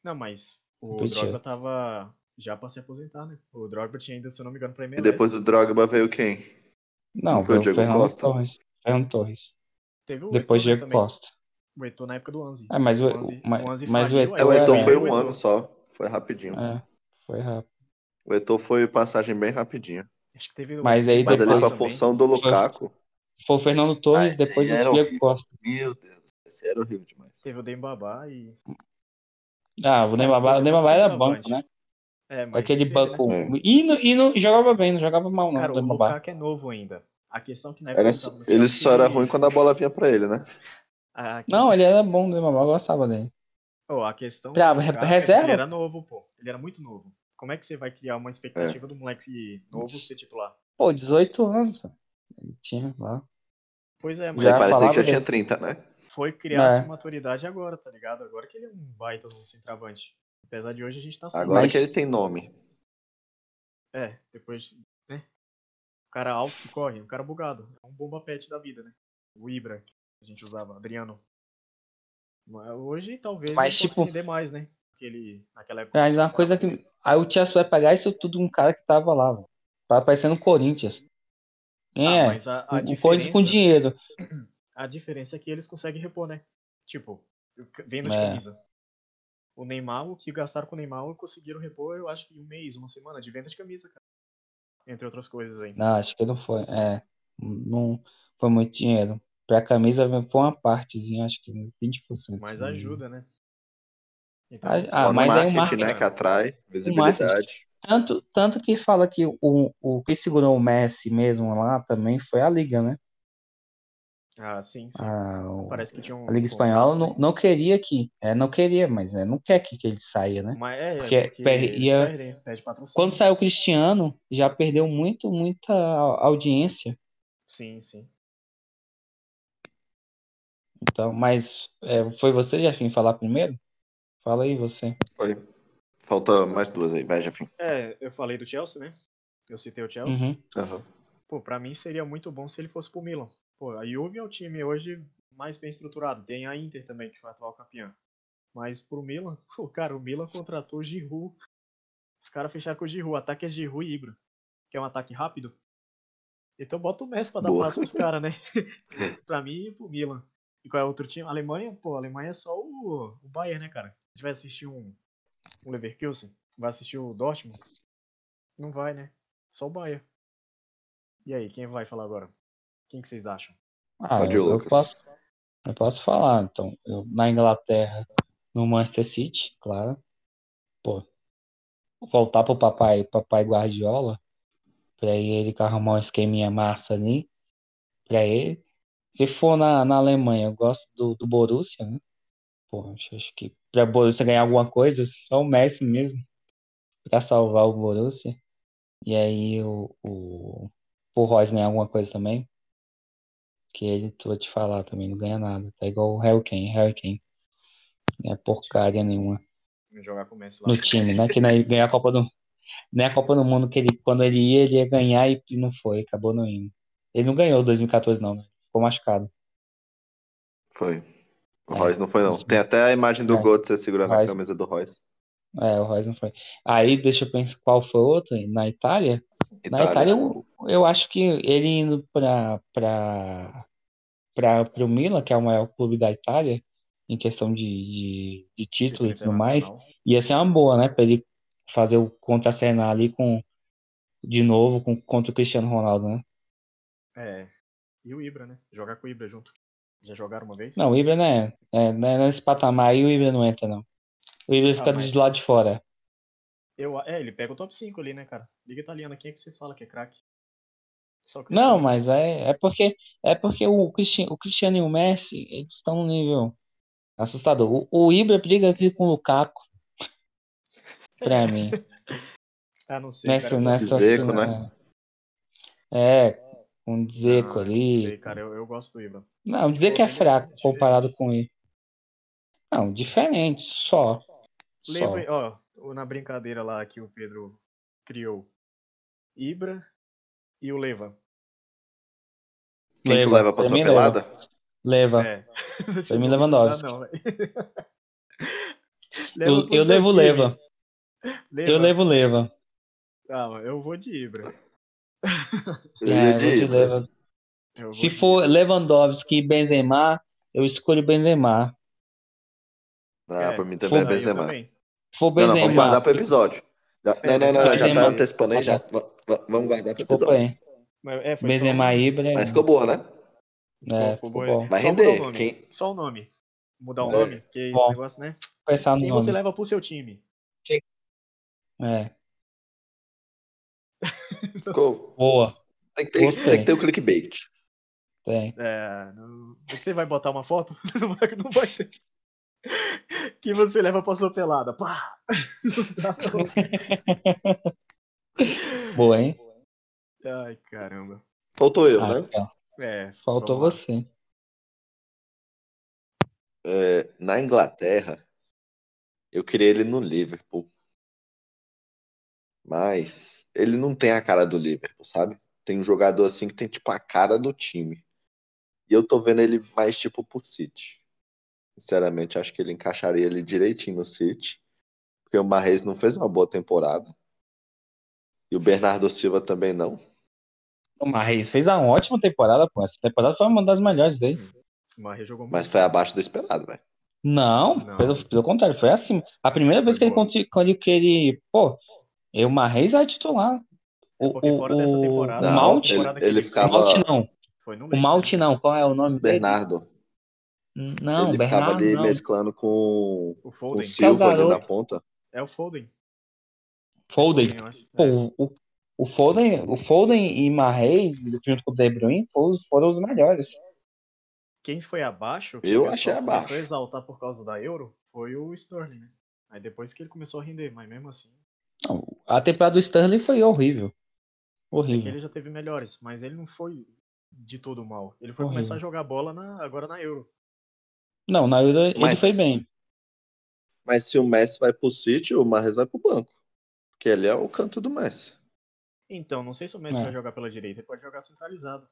S2: Não, mas o
S3: Competia.
S2: Drogba tava já pra se aposentar, né? O Drogba tinha ainda, se eu não me engano, pra
S1: E
S2: MLS.
S1: depois do Drogba veio quem?
S3: Não,
S1: Não foi o
S3: o
S1: Diego
S3: Fernando
S1: Costa?
S3: Torres. Fernando Torres.
S2: Teve o
S3: Depois
S2: Eto'o, né,
S3: Diego
S2: também.
S3: Costa.
S2: O Eto'o na época do Anzi.
S3: É, mas o,
S2: O Anzi-
S3: o- ma-
S2: o Anzi
S3: mas o
S2: faliu,
S1: É,
S2: É,
S1: o
S3: Eto'o
S2: aí
S1: Eto'o
S2: é,
S1: foi
S2: é,
S1: um
S2: o
S1: ano
S2: Eto'o.
S1: só. Foi rapidinho.
S3: É, foi rápido.
S1: O Eto'o foi passagem bem rapidinho.
S2: Acho que teve o
S3: É. Mas aí
S1: Mas
S2: Eto'o
S1: ali
S3: depois
S1: com a
S2: também.
S1: função do Lukaku.
S3: Foi o Fernando Torres,
S1: esse
S3: depois
S1: aí
S3: o
S1: Ah, era
S3: Diego
S1: horrível.
S3: Costa.
S1: Meu Deus, esse era horrível demais.
S2: Teve o Dembabá e...
S3: Ah, o Neymar,
S2: Cara,
S3: o Neymar
S2: depois
S3: era
S2: do
S3: banco, né?
S2: É, mas
S3: Aquele
S2: teve, né?
S3: banco. E, não, e não jogava bem, não jogava mal, não,
S2: Cara, o
S3: o Neymar.
S2: Lukaku é novo ainda. A questão que na época
S1: Era,
S2: ele tava no
S1: ele
S2: Chelsea,
S1: só era ruim quando a bola vinha pra ele, né?
S2: A questão-
S3: Não, ele era bom, o Neymar, eu gostava dele.
S2: Ô, a questão
S3: Pra-
S2: do
S3: re-
S2: Lukaku é
S3: reserva?
S2: que ele era novo, pô. Ele era muito novo. Como é que você vai criar uma expectativa
S1: É.
S2: do moleque novo ser titular?
S3: Pô, 18 anos, velho. Ele tinha lá.
S2: Pois é, mas
S1: Já parecia
S3: Já
S1: que já
S3: falava
S1: tinha
S3: dele.
S1: 30, né?
S2: foi criar
S3: É.
S2: essa maturidade agora, tá ligado? Agora que ele é um baita no centroavante. Apesar de hoje a gente tá sem.
S1: Agora
S3: Mas-
S1: que ele tem nome.
S2: É, depois, né? O cara alto que corre, o cara bugado. É um bomba pet da vida, né? O Ibra, que a gente usava, Adriano. Mas hoje talvez
S3: Mas,
S2: ele
S3: tipo-
S2: possa render mais, né? Porque ele, naquela época.
S3: Mas
S2: só
S3: é uma
S2: esperava
S3: coisa
S2: dele.
S3: que. Aí o Chelsea vai pegar isso tudo de um cara que tava lá, velho. Tá parecendo o Corinthians. Quem
S2: Ah,
S3: é?
S2: mas a, a
S3: O- o Corinthians com
S2: diferença- é
S3: dinheiro.
S2: A diferença é que eles conseguem repor, né? Tipo, vendo de
S3: É.
S2: camisa. O Neymar, o que gastaram com o Neymar, conseguiram repor, eu acho que um mês, uma semana de venda de camisa, cara. Entre outras coisas ainda.
S3: Não, acho que não foi. É, não foi muito dinheiro. Pra camisa foi uma partezinha, acho que 20%.
S2: Mas
S3: se não me engano.
S2: ajuda, né? Então,
S3: Ah,
S2: não sei.
S3: ah,
S1: Só no
S3: mas aí o
S1: marketing, né?
S2: marketing-
S1: Que
S3: É um
S1: atrai visibilidade.
S3: Tanto, tanto que fala que o, o que segurou o Messi mesmo lá também foi a Liga, né?
S2: Ah, sim, sim.
S3: A, o-
S2: Parece que tinha um.
S3: a Liga
S2: um
S3: Espanhola
S2: contrato,
S3: não, não queria que. É, não queria, mas é, não quer que, que ele saia, né?
S2: né? Mas é, é,
S3: Porque
S2: porque
S3: per-
S2: eles
S3: ia-
S2: perdem, perde patrocínio.
S3: Quando saiu o Cristiano, já perdeu muito, muita au- audiência.
S2: Sim, sim.
S3: Então, mas é, foi você, Jefim, falar primeiro? Fala aí você.
S1: Foi. Falta mais duas aí, vai, Jafim.
S2: É, eu falei do Chelsea, né? Eu citei o Chelsea.
S3: Uhum.
S1: Aham.
S2: Pô, pra mim seria muito bom se ele fosse pro Milan. Pô, a Juve é o time hoje mais bem estruturado. Tem a Inter também, que foi a atual campeã. Mas pro Milan, pô, cara, o Milan contratou Giroud. Os caras fecharam com o Giroud. O ataque é Giroud e Ibra. Que é um ataque rápido. Então bota o Messi pra dar
S1: Boa.
S2: passo pros caras, né? pra mim e pro Milan. E qual é outro time? Alemanha? Pô, a Alemanha é só o, o Bayern, né, cara? A gente vai assistir um, um Leverkusen? Vai assistir o Dortmund? Não vai, né? Só o Bayern. E aí, quem vai falar agora? Quem que vocês acham?
S3: Ah,
S1: Pode ir,
S3: eu, eu
S1: Lucas.
S3: posso, eu posso falar, então. Eu, na Inglaterra, no Manchester City, claro. Pô, voltar pro papai, papai Guardiola, pra ele arrumar um esqueminha massa ali, pra ele. Se for na, na Alemanha, eu gosto do, do Borussia, né? Pô, acho, acho que pra Borussia ganhar alguma coisa, só o Messi mesmo, pra salvar o Borussia. E aí o, o, o Royce ganhar alguma coisa também. Que ele, tu vou te falar também, não ganha nada. Tá igual o Harry Kane, Harry Kane. Não é porcaria nenhuma
S2: Vamos jogar com o Messi lá.
S3: no time, né? Que nem ganhar a Copa do Nem a Copa do Mundo que ele, quando ele ia, ele ia ganhar e não foi, acabou não indo. Ele não ganhou 2014 não, né? Ficou machucado.
S1: Foi. O
S3: É,
S1: Royce não foi, não.
S3: isso.
S1: Tem até a imagem do
S3: É.
S1: Götze segurando a
S3: Royce.
S1: camisa do Royce.
S3: É, o Royce não foi. Aí, deixa eu pensar qual foi outro, na Itália. Na Itália, eu, eu acho que ele indo para para para o Milan, que é o maior clube da Itália, em questão de, de, de título e tudo mais,
S2: internacional.
S3: ia ser uma boa, né? Para ele fazer o contracenar ali com de novo com, contra o Cristiano Ronaldo, né?
S2: É. E o Ibra, né? Jogar com o Ibra junto. Já jogaram uma vez?
S3: Não, o Ibra não é, é, não é nesse patamar aí, o Ibra não entra, não. O Ibra fica
S2: Ah, mas-
S3: de lado de fora.
S2: Eu, é, ele pega o top 5 ali, né, cara? Liga italiana, quem é que você fala que é craque? Só o Cristiano
S3: Não, mas
S2: Messi.
S3: é, é porque é porque o Cristiano, o Cristiano e o Messi, eles estão num nível assustador. O, o Ibra briga aqui com o Lukaku, pra mim.
S2: Ah, não sei,
S3: nessa,
S2: cara. eu
S1: né?
S2: gosto-
S1: gosto
S3: nessa
S1: do Dzeko, né?
S3: É, um Dzeko
S2: Ah, não
S3: ali.
S2: sei, cara. Eu, eu gosto do Ibra.
S3: Não, dizer que é fraco comparado com ele. Não, diferente, só.
S2: Leva, ó, na brincadeira lá que o Pedro criou. Ibra e o Leva.
S1: Quem tu leva pra
S3: pra
S1: sua
S3: mim
S1: pelada?
S3: Leva.
S2: É.
S3: Foi me Lewandowski.
S2: Não, velho.
S3: Eu,
S2: pro
S3: eu
S2: seu
S3: levo
S2: time.
S3: leva. Eu levo leva.
S2: Ah, mas eu vou de Ibra.
S1: Eu
S3: É,
S1: ia
S3: eu
S1: de
S3: vou de
S1: Ibra.
S3: leva.
S2: Eu vou
S3: Se
S2: de
S3: for
S2: Ibra.
S3: Lewandowski e Benzema, eu escolho Benzema.
S1: Ah,
S2: É,
S1: pra mim também é
S2: Ah, eu
S1: Benzema.
S2: também.
S3: Se for
S1: Não, não, vamos guardar
S3: Benzema,
S1: pro episódio. Já-
S2: É,
S1: Não, não, não, já
S3: Benzema.
S1: tá antecipando aí, já. Va- va- Vamos guardar pro
S3: desculpa
S1: episódio.
S3: aí.
S2: Mas, é, foi só-
S3: Benzema e Ibra.
S1: Mas ficou boa, né?
S2: ficou
S3: é, ficou
S2: boa.
S3: bom.
S1: Vai
S2: Só um mudar o
S1: render.
S2: nome.
S1: Quem,
S2: Só o nome. Mudar o
S1: É.
S2: nome, porque esse
S3: Bom.
S2: negócio, né?
S3: Pensar no
S2: Quem você
S3: nome.
S2: leva pro seu time?
S3: É,
S1: ficou-
S3: boa.
S1: Tem que ter,
S3: Gostei.
S1: tem que ter o clickbait.
S3: Tem.
S2: É, não... Você vai botar uma foto? Não vai, não vai ter. Que você leva pra sua pelada. Pá! Não dá pra-
S3: Boa, hein?
S2: Ai, caramba.
S1: Faltou eu,
S3: Ah,
S1: né?
S3: tá.
S2: É,
S3: Faltou
S2: vamos lá.
S3: você.
S1: É, na Inglaterra, eu queria ele no Liverpool. Mas ele não tem a cara do Liverpool, sabe? Tem um jogador assim que tem tipo a cara do time. E eu tô vendo ele mais tipo pro City. Sinceramente, acho que ele encaixaria ele direitinho no City. Porque o Mahrez não fez uma boa temporada. E o Bernardo Silva também não.
S3: O Marreis fez uma ótima temporada, pô. Essa temporada foi uma das melhores dele.
S2: Mas jogou muito.
S1: Mas foi abaixo do esperado, velho.
S3: Não,
S2: Não.
S3: Pelo, pelo contrário, foi assim. A primeira vez que
S2: Foi
S3: ele,
S2: boa.
S3: conti- quando ele- que ele. Pô, e o Marreis era titular. O,
S2: É porque fora
S3: o,
S2: dessa
S3: o-
S2: temporada,
S3: o
S1: Não,
S3: Malte,
S1: ele-
S2: temporada que
S1: ele
S2: fez,
S3: o
S1: ficava-
S3: Malte não.
S2: Foi no
S3: O
S2: Leicester. né?
S3: Malte não, qual é o nome dele? Hum,
S1: Bernardo,
S3: Não,
S1: ele ficava
S3: Bernardo
S1: ali
S3: não.
S1: mesclando com,
S2: O
S1: com o
S2: Foden.
S1: Silva ali
S3: garoto.
S1: na ponta.
S2: É o Foden.
S3: Foden.
S2: eu acho.
S3: Pô,
S2: É.
S3: o, o- o Foden, o Foden e Marreis, junto com o De Bruyne, foram, os- foram os melhores.
S2: Quem foi abaixo, que
S1: Eu
S2: o pessoal
S1: achei
S2: começou
S1: abaixo.
S2: a exaltar por causa da Euro, foi o Sterling, né? Aí depois que ele começou a render, mas mesmo assim,
S3: Não, a temporada do Sterling foi horrível.
S2: é que
S3: Horrível.
S2: ele já teve melhores, mas ele não foi de todo mal. Ele foi
S3: Horrível.
S2: começar a jogar bola na- agora na Euro.
S3: Não, na Euro ele
S1: Mas-
S3: foi bem.
S1: Mas se o Messi vai pro City, o Mahrez vai pro banco. Porque ele é o canto do Messi.
S2: Então, não sei se o Messi
S3: É.
S2: vai jogar pela direita, ele pode jogar centralizado.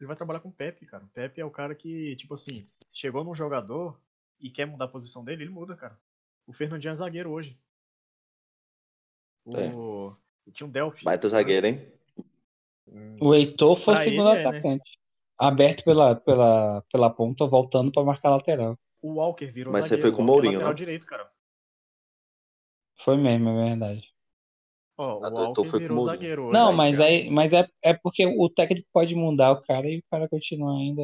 S2: Ele vai trabalhar com o Pepe, cara. O Pepe é o cara que, tipo assim, chegou num jogador e quer mudar a posição dele, ele muda, cara. O Fernandinho é zagueiro hoje. O... Tinha um Delphi.
S1: É.
S2: um
S1: Baita zagueiro, hein?
S3: O Heitor foi
S2: Pra
S3: segundo
S2: ele é, né?
S3: atacante. Aberto pela, pela, pela ponta, voltando pra marcar lateral.
S2: O Walker virou
S1: Mas você foi
S2: zagueiro.
S1: com o
S2: Walker é
S1: Mourinho,
S2: lateral
S1: né?
S2: direito, cara.
S3: Foi mesmo, é verdade.
S2: Ó,
S1: Ah, tu-
S2: o
S1: tu foi
S2: Walker
S1: com o
S2: virou
S1: Mourinho.
S2: zagueiro hoje.
S3: Não,
S2: aí,
S3: mas,
S2: cara.
S3: aí, mas é, é porque o técnico pode mudar o cara e o cara continua ainda.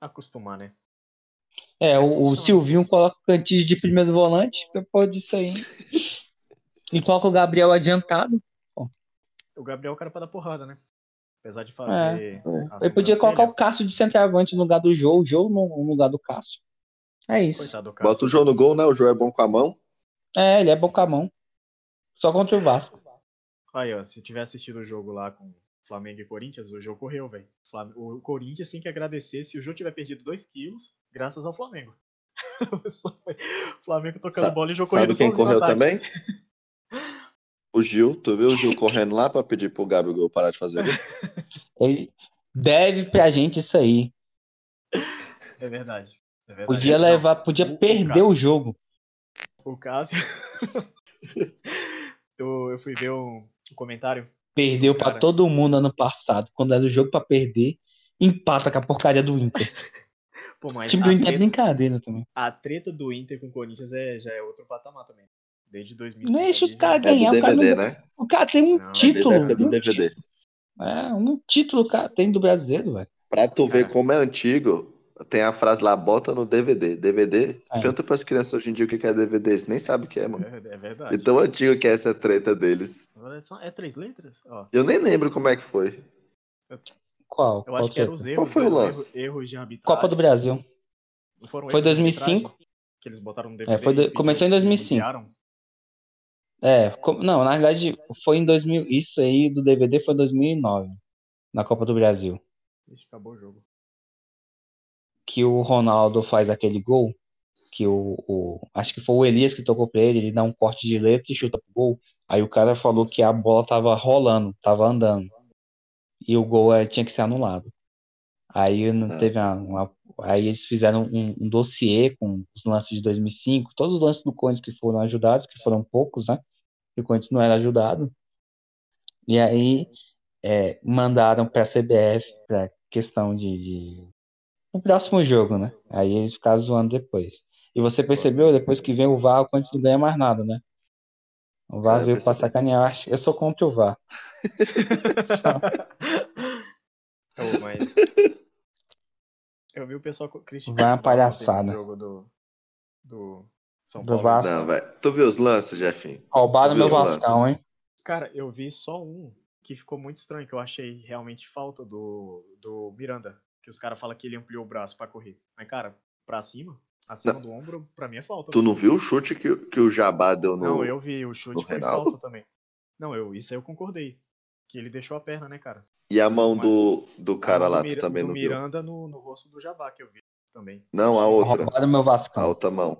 S2: Acostumar, né?
S3: É, o, o
S2: Funciona.
S3: Silvinho coloca o Cantígio de primeiro volante, depois disso aí. E coloca o Gabriel adiantado.
S2: O Gabriel é o cara pra dar porrada, né? Apesar de
S1: É.
S2: fazer. a
S3: Ele É. podia
S2: sobrancelha,
S3: colocar o Cássio de centroavante no lugar do Jô, o Jô no, no lugar do Cássio. É isso.
S2: Coitado do cara.
S1: Bota o João no gol, né? O João é bom com a mão.
S3: É, ele é bom com a mão. Só contra o Vasco.
S2: Aí, ó, se tiver assistido o jogo lá com Flamengo e Corinthians, o jogo correu, velho. Flam- O Corinthians tem que agradecer se o jogo tiver perdido 2 quilos, graças ao Flamengo. Só foi Flamengo tocando
S1: Sabe-
S2: bola e o jogo
S1: Sabe
S2: correndo
S1: quem
S2: sozinho
S1: correu
S2: no ataque.
S1: também? O Gil. Tu viu o Gil correndo lá pra pedir pro Gabigol parar de fazer gol?
S3: Ele deve pra gente isso aí.
S2: É verdade. É verdade.
S3: Podia
S2: Não,
S3: levar, podia
S2: o- o
S3: perder
S2: Cássio.
S3: o, jogo.
S2: O Cássio. eu, eu fui ver um, um comentário.
S3: Perdeu pra
S2: Cara.
S3: todo mundo ano passado. Quando era o jogo pra perder, empata com a porcaria do Inter.
S2: Pô,
S3: O
S2: mas
S3: time
S2: a
S3: do Inter é
S2: treta-
S3: brincadeira também.
S2: a treta do Inter com o Corinthians é, já é outro patamar também. Desde 2005.
S3: Deixa os
S2: ali,
S3: caras
S2: já-
S1: É do
S3: ganhar. o, cara
S1: DVD,
S3: não-
S1: né?
S3: o cara tem um
S2: Não, é
S1: É da
S3: título.
S1: época do
S3: um título.
S1: DVD.
S3: É, um título cara, tem do brasileiro, velho.
S1: Pra tu ver
S2: Cara.
S1: como é antigo, tem a frase lá, bota no DVD. DVD,
S3: É.
S1: pergunta pras crianças hoje em dia o que que é DVD. Eles nem sabem o que é, mano.
S2: É, é verdade.
S1: E tão antigo que é essa treta deles.
S2: Agora são- É três letras? Ó,
S1: Eu nem lembro como é que foi.
S3: Qual?
S2: eu
S3: Qual
S2: acho que eram
S3: treta?
S2: os erros.
S1: Qual foi o
S2: eram
S1: lance?
S2: erro- Erros de arbitragem.
S3: Copa do Brasil.
S2: Não foram
S3: Foi
S2: erros de
S3: 2005.
S2: arbitragem Que eles botaram no
S3: É,
S2: DVD.
S3: foi do-
S2: e pediram-
S3: começou em 2005.
S2: humilharam?
S3: É, co- não, na verdade foi em 2000, isso aí do DVD foi em 2009, na Copa do Brasil,
S2: Ixi, acabou o jogo.
S3: que o Ronaldo faz aquele gol, que o, o- acho que foi o Elias que tocou pra ele, ele dá um corte de letra e chuta pro gol. Aí o cara falou que a bola tava rolando, tava andando. E o gol eh, tinha que ser anulado. Aí não
S1: Ah.
S3: teve uma, uma- aí eles fizeram um, um dossiê com os lances de 2005, todos os lances do Corinthians que foram ajudados, que foram poucos, né? E o Corinthians não era ajudado. E aí eh, mandaram pra CBF pra questão de, de- no próximo jogo, né? Aí eles ficaram zoando depois. E você percebeu, depois que vem o VAR, o Corinthians não ganha mais nada, né? O VAR
S1: É, eu
S3: veio pra
S1: percebi.
S3: sacanear. Eu acho- Eu sou contra o VAR.
S4: Ô, mas
S2: Eu vi o pessoal co- criticando.
S3: Vai uma
S2: ontem
S3: palhaçada.
S2: no jogo do, do São
S3: Do
S2: Paulo.
S3: Vasco.
S1: Não, vai. Tu viu os lances, Jefinho?
S3: Roubaram
S1: Tu
S3: meu
S1: viu os lances?
S3: Vascão, hein?
S2: Cara, eu vi só um que ficou muito estranho, que eu achei realmente falta do, do Miranda. Que os caras falam que ele ampliou o braço pra correr. Mas, cara, pra cima, acima do ombro, pra mim é falta.
S1: Tu não viu o chute que, que o Jabá deu no.
S2: Não, eu vi, o chute
S1: no
S2: foi
S1: Reinaldo?
S2: falta também. Não, eu, isso aí eu concordei. Que ele deixou a perna, né, cara?
S1: E a mão
S2: Mas-
S1: do, do cara
S2: A mão
S1: lá,
S2: do
S1: tu
S2: Mira-
S1: também
S2: do
S1: não viu?
S2: Miranda no, no rosto do Jabá, que eu vi também.
S1: Não, a outra.
S3: Roubaram meu
S1: A
S3: Vascão.
S1: outra mão.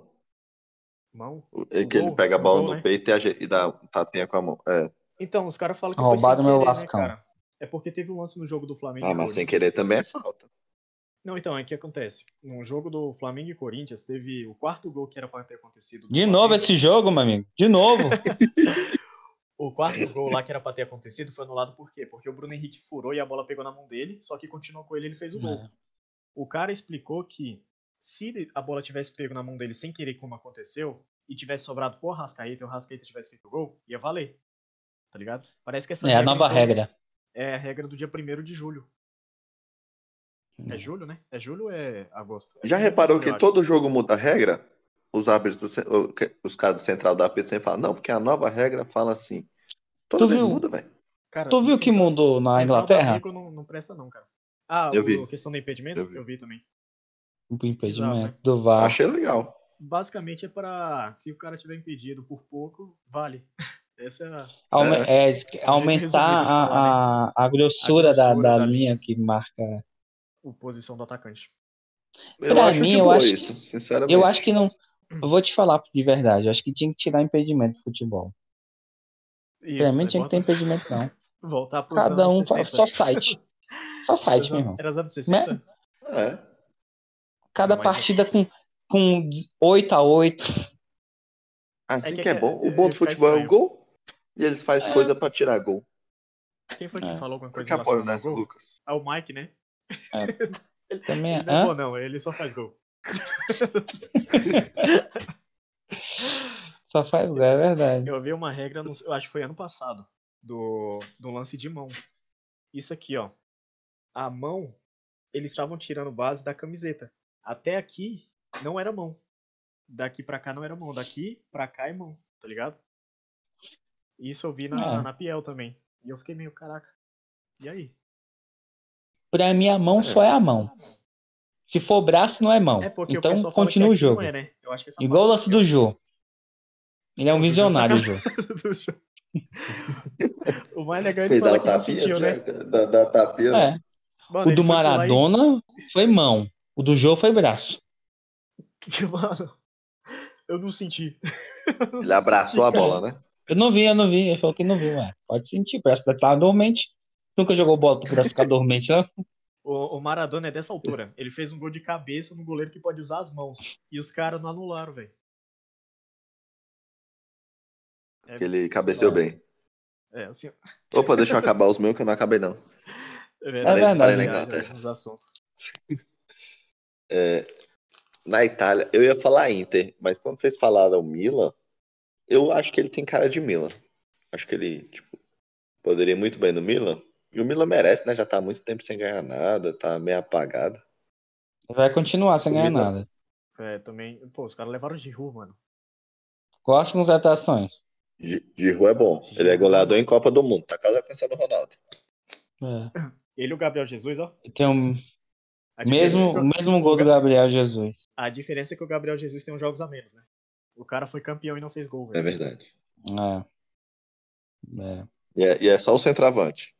S2: Mão.
S1: É
S2: O
S1: que ele
S2: gol?
S1: pega a
S2: O
S1: bola
S2: gol,
S1: no
S2: né?
S1: peito e, aje- e dá um tapinha com a mão. É.
S2: Então, os caras falam que
S3: Roubaram
S2: foi sem
S3: meu
S2: querer, né,
S3: Vascão.
S2: cara? É porque teve um lance no jogo do Flamengo.
S1: Ah,
S2: e
S1: mas sem
S2: Corinthians.
S1: querer também é falta.
S2: Não, então, é o que acontece. No jogo do Flamengo e Corinthians, teve o quarto gol que era pra ter acontecido. do
S3: De novo
S2: Flamengo.
S3: esse jogo, meu amigo. De novo.
S2: O quarto gol lá que era pra ter acontecido foi anulado por quê? Porque o Bruno Henrique furou e a bola pegou na mão dele, só que continuou com ele e ele fez o
S3: É,
S2: gol. O cara explicou que se a bola tivesse pego na mão dele sem querer, como aconteceu, e tivesse sobrado pro Rascaeta e o Rascaeta tivesse feito o gol, ia valer. Tá ligado? Parece que essa
S3: É a nova
S2: então,
S3: regra.
S2: É a regra do dia 1 de julho.
S3: Hum.
S2: É julho, né? É julho ou é agosto? É
S1: Já
S2: 1º de
S1: reparou
S2: julho, eu
S1: que
S2: acho.
S1: todo jogo muda a regra? Os árbitros, do ce- o- que- os caras do central da APC falam, não, porque a nova regra fala assim. Toda
S3: Tu
S1: vez
S3: viu?
S1: muda, velho.
S2: Cara, então.
S3: Tu
S2: o
S3: viu que
S2: central-
S3: mudou na
S2: central do
S3: Inglaterra?
S2: apego tá não, não presta não, cara. Ah,
S1: Eu
S2: o-
S1: vi.
S2: a questão do impedimento?
S1: Eu vi.
S2: também.
S3: O impedimento
S2: Exato,
S3: do VAR.
S1: Achei legal.
S2: Basicamente é pra. se o cara tiver impedido por pouco, vale. Essa é a...
S3: Aume- é,
S2: resumido
S3: aumentar a,
S2: falar,
S3: a- a
S2: A
S3: grossura,
S2: grossura
S3: da, da
S2: da
S3: linha,
S2: linha.
S3: que marca.
S2: o posição do atacante.
S1: Eu
S3: Pra
S1: acho
S3: mim,
S1: de
S3: eu
S1: boa
S3: acho
S1: isso, sinceramente.
S3: Eu acho que não. Eu vou te falar de verdade. Eu acho que tinha que tirar impedimento do futebol.
S2: Isso,
S3: Pra mim
S2: aí
S3: tinha que ter
S2: bota-
S3: impedimento, não.
S2: Voltar pros
S3: Cada
S2: anos
S3: um faz
S2: 60.
S3: só site. Só
S2: Era
S3: site,
S2: os
S3: meu
S2: anos-
S3: irmão. Né?
S2: Era os anos 60?
S1: É.
S3: Cada
S2: Mas-
S3: partida com, com 8 a 8
S1: Assim
S2: É que-
S1: que é bom.
S2: é-
S1: O bom
S2: é-
S1: do futebol é
S2: é
S1: o gol e eles fazem
S3: É.
S1: coisa pra tirar gol.
S2: Quem foi que
S3: É.
S2: falou alguma
S1: Eu
S2: coisa
S1: te apoio
S2: relacionada ao
S1: nessa,
S2: gol?
S1: né? Lucas.
S2: Ah, o Mike, né?
S3: também.
S2: Ele não é
S3: Hã?
S2: bom, não, ele só faz gol.
S3: Só faz gol, é verdade.
S2: Eu vi uma regra, no- eu acho que foi ano passado, do, do lance de mão. Isso aqui, ó. A mão, eles estavam tirando base da camiseta. Até aqui, não era mão. Daqui pra cá não era mão. Daqui pra cá é mão, tá ligado? Isso eu vi na,
S3: É.
S2: na Piel também. E eu fiquei meio, caraca. E aí?
S3: Pra mim, a mão
S1: É.
S3: só é a mão. Se for braço, não é mão.
S2: É porque o
S3: então,
S2: pessoal fala que
S3: continua o
S2: aqui
S3: jogo.
S2: não é, né? Eu acho que essa
S3: Igual o
S2: parte
S3: lance do Jô. Ele é um
S2: O Jô
S3: visionário, o Jô.
S2: do jogo. o mais legal é ele
S1: Ele dá
S2: falar
S1: o
S2: que não
S1: tapinha,
S2: sentiu, né?
S1: né? Dá, dá tapinha. né?
S3: É.
S2: Mano,
S3: O
S2: ele
S3: do
S2: foi pular e-
S3: Maradona foi mão. O do Jô foi braço.
S2: Que, mano, eu não senti.
S1: Ele abraçou a bola,
S2: É.
S1: né?
S3: Eu não vi, eu não vi. Ele falou que não viu, ué. Pode sentir, parece que tá dormente. Nunca jogou bola pro braço ficar dormente, né?
S2: O, o Maradona é dessa altura. Ele fez um gol de cabeça no goleiro que pode usar as mãos. E os caras não anularam, velho. É,
S1: Que ele cabeceou
S2: sei lá.
S1: bem.
S2: É, assim,
S1: Opa, deixa eu acabar os meus que eu não acabei, não.
S2: é verdade.
S3: verdade,
S1: tá
S2: é
S3: parei
S1: na
S2: verdade,
S1: Inglaterra.
S2: alguns assuntos.
S1: É, na Itália, eu ia falar Inter, mas quando vocês falaram Milan, eu acho que ele tem cara de Milan. Acho que ele, tipo, poderia ir muito bem no Milan. E o Milan merece, né? Já tá há muito tempo sem ganhar nada, tá meio apagado.
S3: Vai continuar sem ganhar
S1: Comida.
S3: nada.
S2: É, também. Pô, os caras levaram de rua, mano.
S3: Próximas atrações.
S1: Gi- Giroud é bom. Ele é goleador em Copa do Mundo. Tá quase alcançando o Ronaldo.
S3: É.
S2: Ele e o Gabriel Jesus, ó.
S3: Tem um,
S2: A diferença
S3: mesmo,
S2: é que
S3: o
S2: o-
S3: mesmo gol do Gabriel Jesus.
S2: A diferença é que o Gabriel Jesus tem uns jogos a menos, né? O cara foi campeão e não fez gol,
S1: É
S2: velho.
S1: verdade.
S3: É. É.
S1: E é, e é só o centroavante.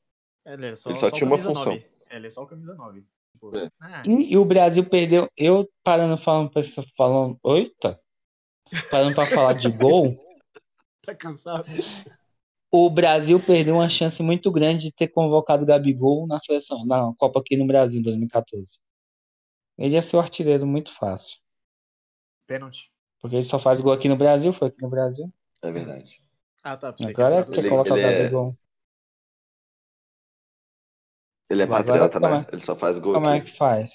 S2: É, ele é
S1: Ele só
S2: o
S1: tinha uma
S2: camisa
S1: função.
S2: nove. É, ele é só o camisa 9. Tipo,
S1: É.
S2: ah,
S3: E, e o Brasil perdeu. Eu parando falando pra essa- falando. Oita! Parando pra falar de gol,
S2: tá cansado.
S3: o Brasil perdeu uma chance muito grande de ter convocado o Gabigol na seleção, na Copa aqui no Brasil em 2014. Ele ia ser o artilheiro muito fácil.
S2: Pênalti.
S3: Porque ele só faz gol aqui no Brasil, foi aqui no Brasil.
S1: É verdade.
S2: Ah, tá. Você
S3: Agora
S1: que
S3: você
S1: ele-
S3: coloca o
S1: ele é-
S3: Gabigol.
S1: Ele é
S3: Agora
S1: patriota,
S3: como
S1: né? Ele só faz gol
S3: Como é
S1: aqui.
S3: que faz?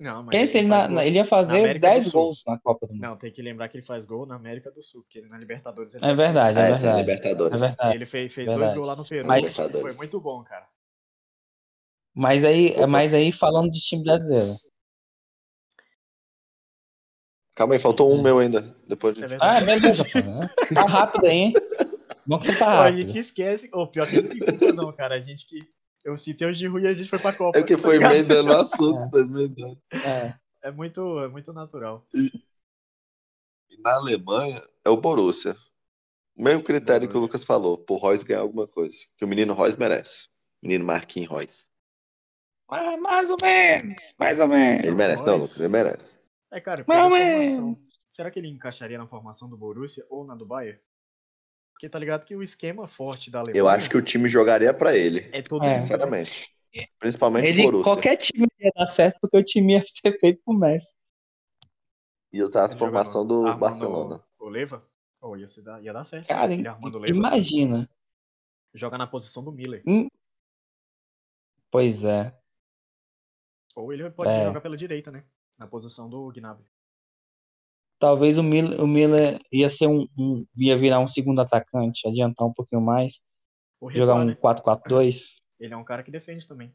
S2: Não, mas
S3: Pensa, ele,
S2: faz
S3: na-
S2: gol.
S3: na- ele ia
S2: Na
S3: fazer
S2: América do
S3: 10
S2: Sul.
S3: gols na Copa do Mundo.
S2: Não, tem que lembrar que ele faz gol na América do Sul, porque ele na Libertadores ele
S3: É
S2: faz gol.
S3: verdade, é
S1: É, tem
S3: verdade. É
S1: Libertadores.
S3: verdade.
S2: E ele fez, fez
S3: Verdade.
S2: dois gols lá no Peru.
S1: Mas-
S2: que Foi
S1: Libertadores.
S2: muito bom, cara.
S3: Mas aí,
S1: Opa.
S3: mas aí falando de time brasileiro.
S1: Calma aí, faltou um meu ainda. Depois a
S2: É
S1: gente.
S2: verdade.
S3: Ah, beleza, pô. né? Tá rápido aí, hein? Bom que você tá
S2: Pô, a
S3: rápido.
S2: gente esquece. Ô, pior que não tem culpa, não, cara. A gente que. Eu citei o Giru e a gente foi pra Copa.
S1: É que
S2: tá
S1: foi
S2: ligado?
S1: emendando o assunto,
S3: É.
S1: foi emendando.
S3: É.
S2: É muito, é muito natural.
S1: E na Alemanha é o Borussia. O mesmo critério que o
S2: Borussia.
S1: Lucas falou, pro Reus ganhar alguma coisa. Que o menino Reus merece. O menino Marquinhos Reus.
S3: Ah, Mais ou menos, mais ou menos.
S1: Ele merece, não,
S2: Reus?
S1: Lucas, ele merece.
S2: É, cara,
S3: Não,
S2: pela
S3: é-
S2: formação. Será que ele encaixaria na formação do Borussia ou na do Bayern? Porque tá ligado que o esquema forte da Alemanha
S1: Eu acho que o time jogaria pra ele,
S2: é todo
S3: É.
S2: mundo, né?
S1: sinceramente. Principalmente o
S3: Ele,
S1: Borussia.
S3: qualquer time ia dar certo porque o time ia ser feito pro Messi.
S1: E usar a
S2: Ele
S1: formação
S2: jogando
S1: do
S2: Armando
S1: Barcelona.
S2: Oleva? Oh, ia, se dar, ia dar certo.
S3: Cara,
S2: Ele armando o Lever.
S3: imagina.
S2: Joga na posição do Miller.
S3: Pois é.
S2: Ou ele pode
S3: É.
S2: jogar pela direita, né? Na posição do Gnabry.
S3: Talvez o Miller, o Miller ia ser um, um- ia virar um segundo atacante, adiantar um pouquinho mais,
S2: Ou
S3: jogar
S2: Repá,
S3: um
S2: né?
S3: 4-4-2.
S2: Ele é um cara que defende também.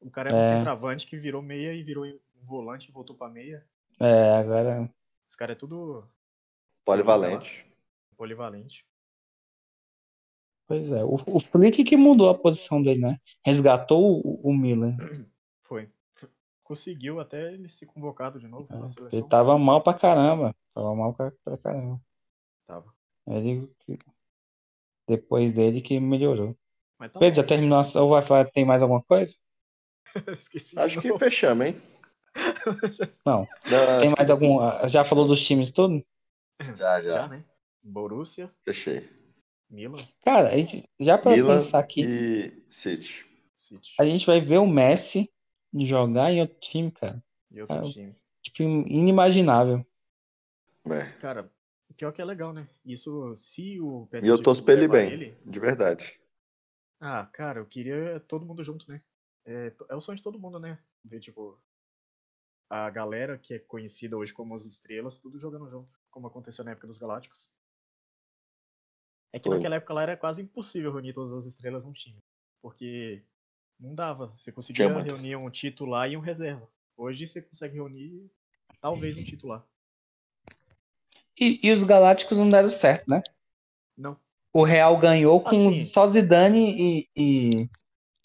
S2: O cara é um
S3: É.
S2: centroavante que virou meia e virou em- volante e voltou pra meia.
S3: É, agora
S2: Esse cara é tudo
S1: Polivalente.
S2: polivalente.
S3: Pois é, o, o Flick que mudou a posição dele, né? Resgatou o, o Milan.
S2: Foi. Conseguiu até ele ser convocado de novo pela seleção.
S3: É, Ele tá- tava mal pra caramba. Tava mal pra, pra caramba.
S2: Tava.
S3: Ele, que- depois dele que melhorou.
S2: Mas tá
S3: Pedro, já
S2: bom,
S3: terminou a ou vai falar tem mais alguma coisa?
S2: né? Esqueci. de
S1: Acho que
S2: novo.
S1: fechamos, hein?
S3: Não.
S1: Não,
S3: Tem
S1: acho
S3: mais
S1: que-
S3: algum. ah, Já falou dos times tudo?
S1: Já, tá, já,
S2: Já, né? Borussia,
S1: Fechei.
S2: Milan,
S3: Cara, a gente, já pra
S1: Milan
S3: pensar aqui,
S1: e City.
S2: City
S3: a gente vai ver o Messi jogar em outro time, cara.
S2: e outro
S3: Ah, eu-
S2: time.
S3: Tipo, inimaginável.
S1: É,
S2: Cara, pior que é legal, né? Isso, se o
S1: E eu torço pra ele
S2: levar
S1: bem. de verdade.
S2: Ah, cara, eu queria todo mundo junto, né? É, to- é o sonho de todo mundo, né? Ver, tipo, a galera que é conhecida hoje como as estrelas, tudo jogando junto, como aconteceu na época dos Galácticos. É que
S1: Foi.
S2: naquela época lá era quase impossível reunir todas as estrelas num time, porque não dava. Você conseguia
S1: Tinha muito.
S2: reunir um titular e um reserva. Hoje você consegue reunir talvez
S1: Uhum.
S2: um titular.
S3: E, e os Galácticos não deram certo, né?
S2: Não.
S3: O Real ganhou com
S2: Assim.
S3: só Zidane e, e-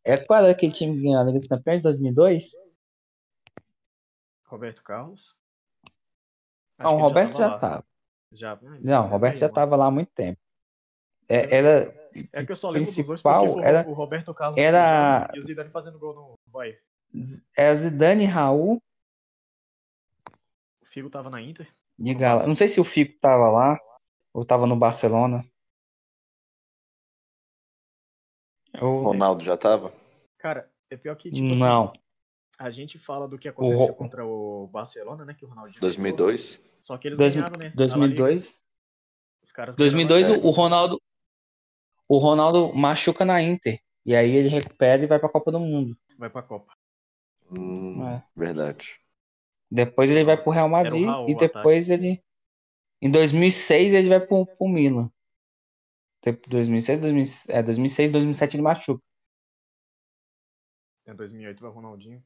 S3: É qual era aquele time que ganhou a Liga dos Campeões de 2002?
S2: Roberto Carlos? Acho
S3: Não, o
S2: que ele
S3: Roberto
S2: tava
S3: já
S2: lá.
S3: tava.
S2: Já. Ah, ele
S3: Não, o
S2: já
S3: Roberto já tá
S2: caiu, né?
S3: tava lá há muito tempo. É, era,
S2: É que eu só lembro dos dois
S3: principal
S2: porque foi
S3: era-
S2: o Roberto Carlos
S3: era-
S2: cruzando e o Zidane fazendo gol no Bahia.
S3: era Zidane, Raul
S2: O Figo tava na Inter.
S3: de Gala. Não sei se o Fico tava lá ou tava no Barcelona. Eu-
S1: Ronaldo já tava?
S2: Cara, é pior que, tipo assim,
S3: não,
S2: a gente fala do que aconteceu
S3: Ro-
S2: contra o Barcelona, né, que o Ronaldinho
S1: 2002?
S2: ganhou, Só que eles
S3: Dois-
S2: ganharam, né? a La Liga.
S3: 2002.
S2: Os caras ganharam a
S3: 2002
S2: Liga.
S3: o, o Ronaldo o Ronaldo machuca na Inter e aí ele recupera e vai pra Copa do Mundo.
S2: Vai pra Copa.
S1: Hum,
S3: É.
S1: Verdade.
S3: Depois ele vai pro Real Madrid
S2: Raul
S3: e
S2: o
S3: depois ele. Em 2006 ele vai pro, pro Milan. Tem- 2006, 2000 é, 2006, 2007 ele machuca.
S2: Em 2008 vai o Ronaldinho.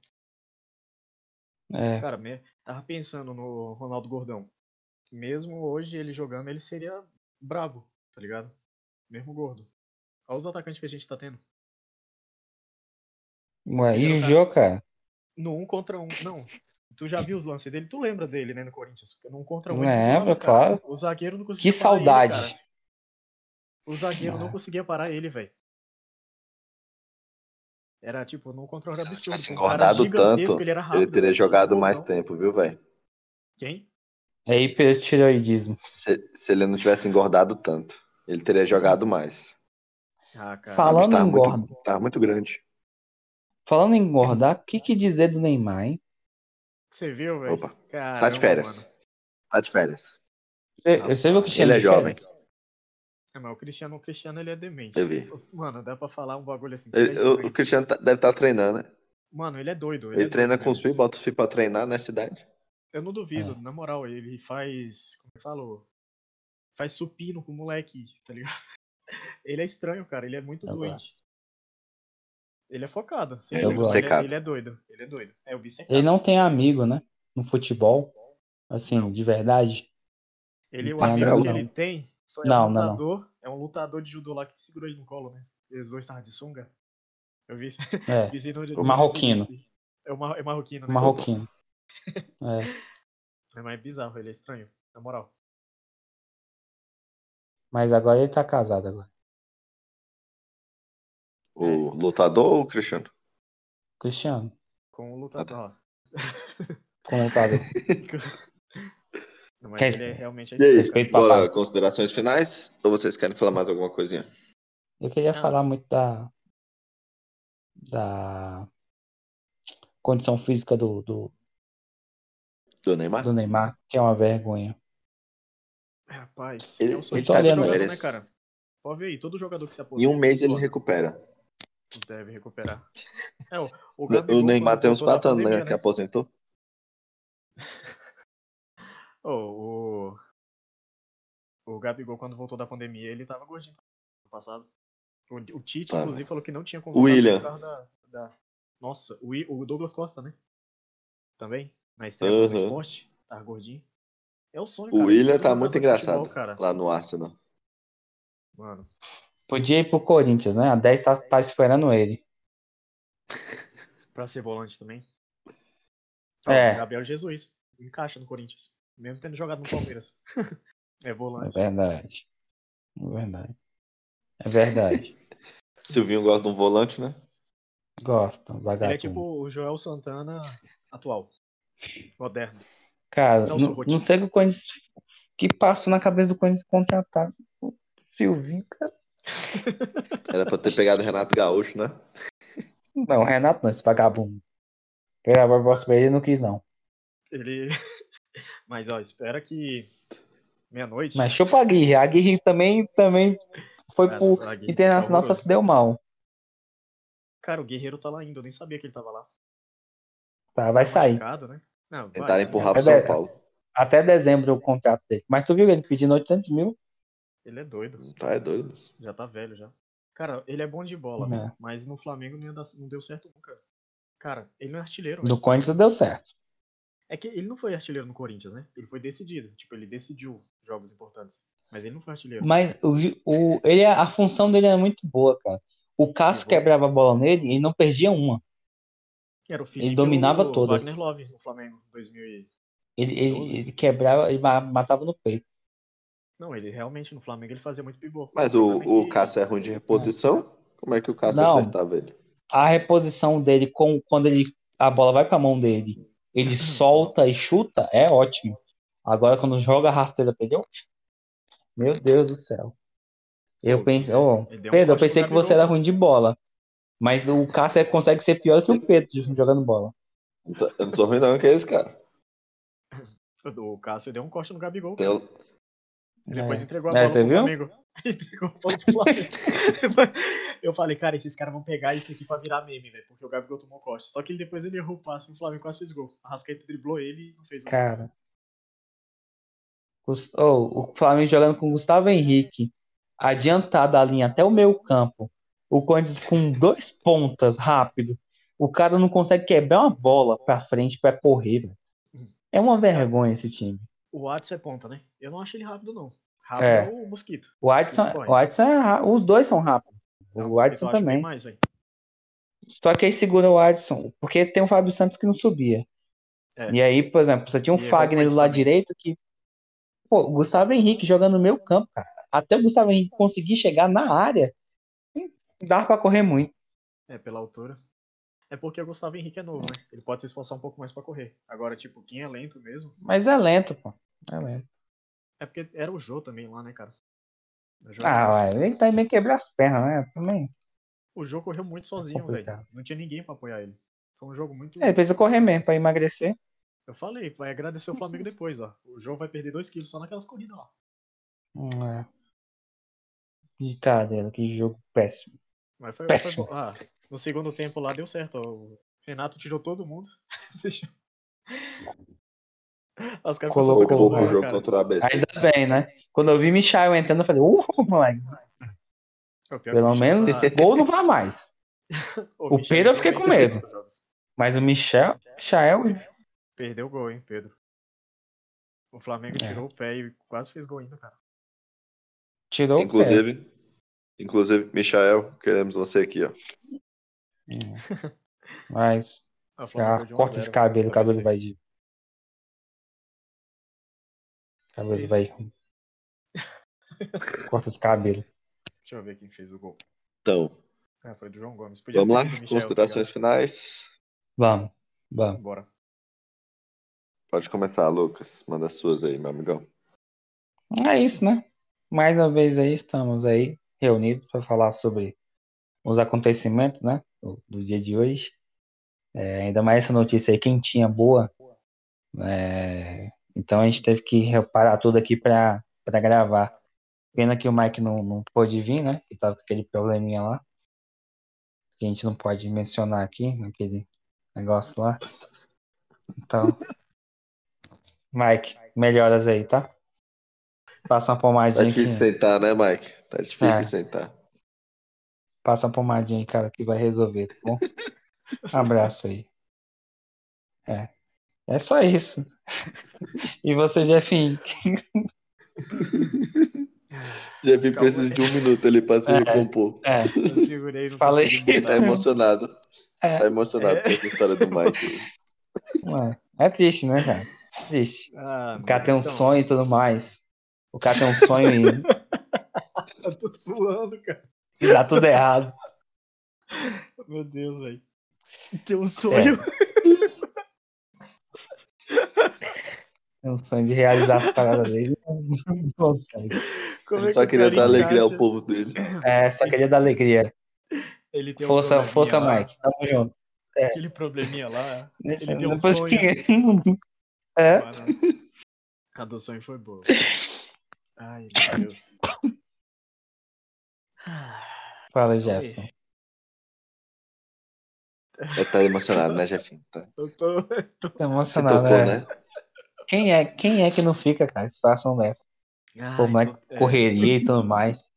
S3: É,
S2: Cara, me... tava pensando no Ronaldo Gordão. Mesmo hoje ele jogando, ele seria brabo, tá ligado? Mesmo gordo. Olha os atacantes que a gente tá tendo.
S3: ué, e o Jô, cara?
S2: No um contra um, não. Tu já viu os lances dele? Tu lembra dele, né, no Corinthians? Porque No um contra um. ele
S3: Lembro,
S2: voava, cara.
S3: claro.
S2: O zagueiro não conseguia
S3: Que
S2: parar ele,
S3: saudade. É.
S2: cara. o zagueiro não conseguia parar ele, velho. Era tipo num controle absurdo.
S1: tivesse
S2: um cara
S1: engordado
S2: gigantesco,
S1: tanto,
S2: ele era rápido. né?
S1: Ele teria
S2: tinha
S1: jogado
S2: explosão.
S1: mais tempo, viu, velho?
S2: Quem?
S3: É hipertiroidismo.
S1: Se, se ele não tivesse engordado tanto, ele teria jogado mais.
S2: Ah, cara.
S3: Fala-
S1: Mas
S3: Falando
S1: tava
S3: em
S1: muito,
S3: engorda.
S1: tava muito grande.
S3: Falando em engordar, o que, que dizer do Neymar, hein?
S2: Você viu, velho?
S1: Opa, tá
S2: Caramba,
S1: de férias.
S2: mano.
S1: Tá de férias.
S3: Você, você viu o Cristiano?
S1: Ele é
S3: de férias?
S1: jovem.
S2: É, mas o Cristiano, o Cristiano, ele é demente.
S1: Eu vi.
S2: Mano, dá pra falar um bagulho assim. que é
S1: Ele- o,
S2: estranho.
S1: o Cristiano tá- deve estar treinando, né?
S2: Mano, ele é doido. Ele,
S1: Ele
S2: é
S1: treina
S2: doido,
S1: com
S2: né?
S1: os filhos, Ah. bota os filhos pra treinar nessa idade.
S2: Eu não duvido, na moral, ele faz. Como é que falou? Faz supino com o moleque, tá ligado? Ele é estranho, cara, ele é muito
S3: Eu
S2: doente. Ele é focado. sem
S1: É,
S2: dúvida,
S3: eu
S2: ele, é,
S1: secado.
S2: ele é doido, ele é doido. É, eu vi secado.
S3: Ele não tem amigo, né? No futebol. Assim,
S2: Não.
S3: de verdade.
S2: Ele, o
S3: Tá,
S2: amigo
S1: não,
S2: que
S3: não.
S2: ele tem foi
S3: Não,
S2: um
S3: não, não.
S2: lutador. É um lutador de judô lá que segurou ele no colo, né? Eles dois estavam de sunga. Eu vi,
S3: É,
S2: vi no,
S1: O
S3: marroquino.
S2: É o mar- é marroquino, né?
S3: marroquino. É.
S2: É mais bizarro, ele é estranho, na moral.
S3: Mas agora ele tá casado agora.
S2: É.
S1: O lutador ou o Cristiano?
S3: Cristiano.
S2: Com o
S1: Ah, tá.
S2: lutador. lá.
S3: Como eu tava.
S2: Não, mas
S3: Quer-
S2: ele é realmente é
S1: E aí,
S2: estranho, cara.
S3: Respeito
S1: Bora,
S3: papai.
S1: considerações finais? Ou vocês querem falar mais alguma coisinha?
S3: Eu queria
S2: Não.
S3: falar muito da. Da condição física do, do,
S1: Do Neymar?
S3: do Neymar, que é uma vergonha.
S2: Rapaz,
S1: Ele-
S2: é o sonho
S3: ele
S2: de
S3: tá
S2: todo
S3: vendo,
S2: jogador,
S1: merece.
S2: né, cara? Pode ver aí, todo jogador que se aposenta.
S1: Em um mês ele
S2: pô,
S1: recupera.
S2: Deve recuperar. É, o, o, Gabigol,
S1: Né, O Neymar
S2: quando
S1: tem uns
S2: voltou da
S1: 4 anos, né?
S2: pandemia,
S1: Que aposentou.
S2: Ô, o, o Gabigol, quando voltou da pandemia, ele tava gordinho no passado. O, o Tite,
S1: Tava.
S2: inclusive, falou que não tinha convocado
S1: William.
S2: por causa da, da- Nossa, o, I- o Douglas Costa, né? Também, na estreia do
S1: Aham.
S2: esporte, tava gordinho. É o sonho,
S1: O
S2: cara, de
S1: William
S2: todo
S1: tá
S2: jogador
S1: muito
S2: de
S1: engraçado
S2: Futebol, cara.
S1: lá no Arsenal.
S2: Mano,
S3: Podia ir pro Corinthians, né? A 10 tá, tá esperando ele.
S2: pra ser volante também.
S3: É.
S2: O Gabriel Jesus encaixa no Corinthians, mesmo tendo jogado no Palmeiras. é
S3: É
S2: volante.
S3: verdade. É verdade. É verdade.
S1: Silvinho gosta de um volante, né?
S3: Gosto,
S2: Ele é
S3: vagabundo.
S2: tipo o Joel Santana atual, moderno.
S3: Cara,
S2: Celso
S3: não,
S2: Rotti.
S3: não sei o que o Corinthians. que passou na cabeça do Corinthians contratar o Silvinho, cara.
S1: Era pra ter pegado o Renato Gaúcho, né?
S3: Não, o Renato não, esse vagabundo. Gravar voz pra ele não quis, não.
S2: Ele. Mas ó, espera que meia-noite. né,
S3: Mas chupa a Aguirre. A Aguirre também, também foi
S2: Cara,
S3: pro
S2: tá aqui,
S3: Internacional,
S2: tá
S3: só se deu mal.
S2: Cara, o Guerreiro tá lá ainda, eu nem sabia que ele tava lá.
S3: Tá, vai
S2: Tá
S3: sair.
S2: machucado, né? Não, vai,
S1: Tentaram empurrar tá pro
S3: mas
S1: São
S3: é-
S1: Paulo.
S3: Até dezembro o contrato dele. Mas tu viu ele pedindo 800 mil?
S2: Ele é doido,
S1: Tá, é doido.
S2: já tá velho já. Cara, ele é bom de bola,
S3: É.
S2: velho, mas no Flamengo não, ia dar- não deu certo nunca. Cara, ele não é artilheiro, velho.
S3: Do Corinthians deu certo.
S2: É que ele não foi artilheiro no Corinthians, né? Ele foi decidido. Tipo, ele decidiu jogos importantes. Mas ele não foi artilheiro.
S3: Mas o, o, ele, é, a função dele era muito boa, cara. O Cássio
S2: Boa.
S3: quebrava a bola nele e não perdia uma.
S2: Era o Felipe
S3: ele dominava
S2: o
S3: todas.
S2: Wagner Love no Flamengo 2000 e...
S3: Ele, ele,
S2: Doze.
S3: ele quebrava, ele ma- matava no peito.
S2: Não, ele realmente no Flamengo ele fazia muito pivô.
S1: Mas o,
S2: Também
S1: o
S2: que-
S1: Cássio é ruim de reposição? Como é que o Cássio
S3: Não.
S1: acertava ele?
S3: A reposição dele, com, quando ele, a bola vai pra mão dele, ele solta e chuta, é ótimo. Agora, quando joga a rasteira pra ele, eu- meu Deus do céu. Eu
S2: Pô,
S3: pensei,
S2: ele- ele deu um
S3: ô, Pedro, eu
S2: corte no
S3: pensei que você
S2: Gabigol.
S3: era ruim de bola. Mas o Cássio é, consegue ser pior que o Pedro jogando bola.
S1: Eu não sou- Eu não sou ruim, não, que é esse, cara.
S2: O Cássio deu um corte no Gabigol.
S1: Tem o-
S2: Depois
S3: É.
S2: entregou a
S3: É,
S2: bola
S3: você
S2: pro
S3: viu?
S2: Flamengo. entregou a bola pro Flamengo. Eu falei, cara, esses caras vão pegar isso aqui pra virar meme, velho. Porque o Gabigol tomou corte. Só que ele- depois ele errou o passe e o Flamengo quase fez gol. A Rascaeta driblou ele e não fez gol.
S3: Cara. Gus- ô, o Flamengo jogando com o Gustavo Henrique, adiantado a linha até o meio campo. O Corinthians com dois pontas rápido. O cara não consegue quebrar uma bola pra frente pra correr, velho. É uma vergonha esse time.
S2: O Watson é ponta, né? Eu não acho ele rápido, não. Rápido
S3: É.
S2: é o Mosquito.
S3: O Adson,
S2: Sim, corre.
S3: o Adson é ra- os dois são rápidos.
S2: Não,
S3: o
S2: Mosquito
S3: Adson
S2: eu acho bem
S3: também.
S2: Mais, velho.
S3: Só que aí segura o Adson, porque tem o Fábio Santos que não subia.
S2: É.
S3: E aí, por exemplo, você tinha um
S2: E é
S3: Fagner do lado
S2: também.
S3: direito que. Pô, o Gustavo Henrique jogando no meu campo, cara. Até o Gustavo Henrique conseguir chegar na área, não dá pra correr muito.
S2: É, pela altura. É porque o Gustavo Henrique é novo, né? Ele pode se esforçar um pouco mais pra correr. Agora, tipo, quem é lento mesmo.
S3: Mas é lento, pô. É lento.
S2: É porque era o Jô também lá, né, cara? O Jô-
S3: Ah, vai. Ele também quebrar as pernas, né? Também.
S2: O jogo correu muito sozinho,
S3: É complicado.
S2: velho. Não tinha ninguém pra apoiar ele. Foi um jogo muito.
S3: É, Ele precisa correr mesmo pra emagrecer.
S2: Eu falei, vai agradecer o Flamengo depois, ó. O jogo vai perder 2kg só naquelas corridas lá.
S3: Hum, É. Brincadeira, que jogo péssimo.
S2: Mas foi, foi
S3: Péssimo.
S2: bom. Ah, no segundo tempo lá deu certo. ó. O Renato tirou todo mundo. Deixou- Os caras começaram a
S3: Colocou
S2: tocar
S1: Colocou
S3: Colocou,
S2: bola,
S1: o jogo
S2: cara.
S1: contra o ABC.
S3: Ainda bem, né? Quando eu vi Michael entrando, eu falei, uh, moleque,
S2: É, o pior que o
S3: pelo
S2: Michel
S3: menos
S2: tá-
S3: gol não vai mais.
S2: Ô,
S3: o
S2: Michel
S3: Pedro
S2: entrou
S3: eu fiquei
S2: bem
S3: com
S2: em todos os
S3: medo.
S2: jogos.
S3: Mas o Michel, Michael,
S2: Perdeu o gol, hein, Pedro. O Flamengo
S3: É.
S2: tirou o pé e quase fez gol ainda, cara.
S3: tirou o pé.
S1: inclusive, inclusive, Michael, queremos você aqui, ó.
S3: Hum. Mas,
S2: Ah, o Flamengo
S3: já,
S2: ganhou de 1 a
S3: corta esse
S2: 0
S3: cabelo, o
S2: contra o
S3: cabelo
S2: ABC.
S3: vai de. Cabelo
S2: É Isso.
S3: vai. corta esse cabelo.
S2: Deixa eu ver quem fez o gol.
S1: Então,
S2: Ah, foi do João Gomes. Podia
S1: vamos
S2: ter
S1: lá,
S2: sido o Michel,
S1: considerações finais.
S3: Vamos,
S2: tá
S3: vamos.
S2: ligado? Bora.
S1: Pode começar, Lucas. Manda as suas aí, meu amigão.
S3: É isso, né? Mais uma vez aí estamos aí reunidos para falar sobre os acontecimentos, né? Do, do dia de hoje. É, ainda mais essa notícia aí quentinha, boa. É, então a gente teve que reparar tudo aqui para para gravar. Pena que o Mike não, não pôde vir, né? Que tava com aquele probleminha lá. Que a gente não pode mencionar aqui, aquele negócio lá. Então, Mike, melhoras aí, tá? Passa uma
S1: Tá
S3: pomadinha
S1: difícil
S3: aqui.
S1: sentar, né, Mike? Tá difícil
S3: É.
S1: de sentar.
S3: Passa uma pomadinha aí, cara, que vai resolver, tá bom? Um Abraço aí. É. É só isso. E você, Jefinho?
S1: Já vi
S2: Calma
S1: precisa
S2: aí.
S1: de um minuto ali pra se
S3: É.
S1: recompor.
S3: É,
S2: Eu segurei, não
S3: Falei.
S2: consegui
S1: Ele tá
S2: gritar.
S1: emocionado.
S3: É.
S1: Tá emocionado
S2: É.
S1: com essa história do Mike.
S3: mano. É triste, né, cara? Triste.
S2: Ah,
S3: O cara tem um
S2: então,
S3: sonho e tudo mais. O cara tem um sonho e,
S2: Eu tô suando, cara.
S3: e dá tudo errado.
S2: Meu Deus, velho. Tem
S3: É.
S2: um sonho.
S3: Tem um sonho de realizar as paradas dele. Não consegue.
S2: Como
S1: Ele
S2: é
S1: só
S2: que o
S1: queria
S2: cara
S1: dar alegria ao
S2: encaixa?
S1: povo dele.
S3: É, só queria dar alegria.
S2: Ele tem um
S3: Força,
S2: probleminha
S3: força,
S2: lá,
S3: Mike. É. Tamo junto.
S2: Aquele probleminha lá. Ele tem um
S3: Depois
S2: sonho.
S3: que- É.
S2: mano. A do sonho foi boa. Ai, meu Deus. Ah,
S3: Fala,
S2: calma aí.
S3: Jefferson.
S1: Ele tá emocionado, né, Jefinho? Tá.
S2: Eu tô.
S3: Tô
S1: Se
S3: emocionado,
S1: tocou,
S3: né?
S1: né?
S3: Quem é, quem é que não fica, cara, em situação dessa?
S2: Ai,
S3: Pô, moleque,
S2: tô- é,
S3: correria e tudo mais.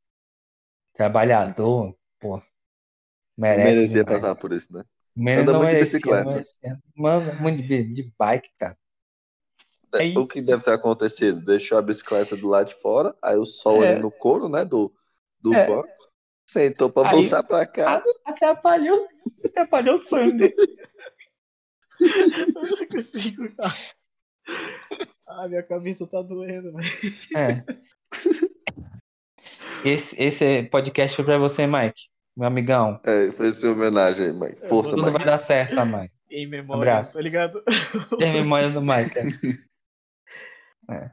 S3: Trabalhador, pô.
S1: Não
S3: Merece.
S1: merecia
S3: demais.
S1: passar por isso, né?
S3: Merece-
S1: Anda
S3: não
S1: muito de
S3: merecia,
S1: bicicleta.
S3: não merecia. Manda muito de, de bike, cara. Aí-
S1: É, O que deve ter acontecido? Deixou a bicicleta do lado de fora, aí o sol
S3: É.
S1: ali no couro, né? Do, do
S3: É.
S1: banco. Sentou pra
S3: Aí-
S1: voltar pra casa.
S3: Atrapalhou, atrapalhou o sonho dele.
S2: Eu não consigo. cara. Ah, minha cabeça tá doendo, velho.
S3: É. Esse, esse podcast foi pra você, Mike. Meu amigão.
S1: É, foi essa homenagem aí, Mike. Força,
S3: Tudo
S1: Mike.
S3: vai dar certo, tá, Mike?
S2: Em memória,
S3: Abraço.
S2: tá ligado?
S3: Tem memória do Mike. é. É.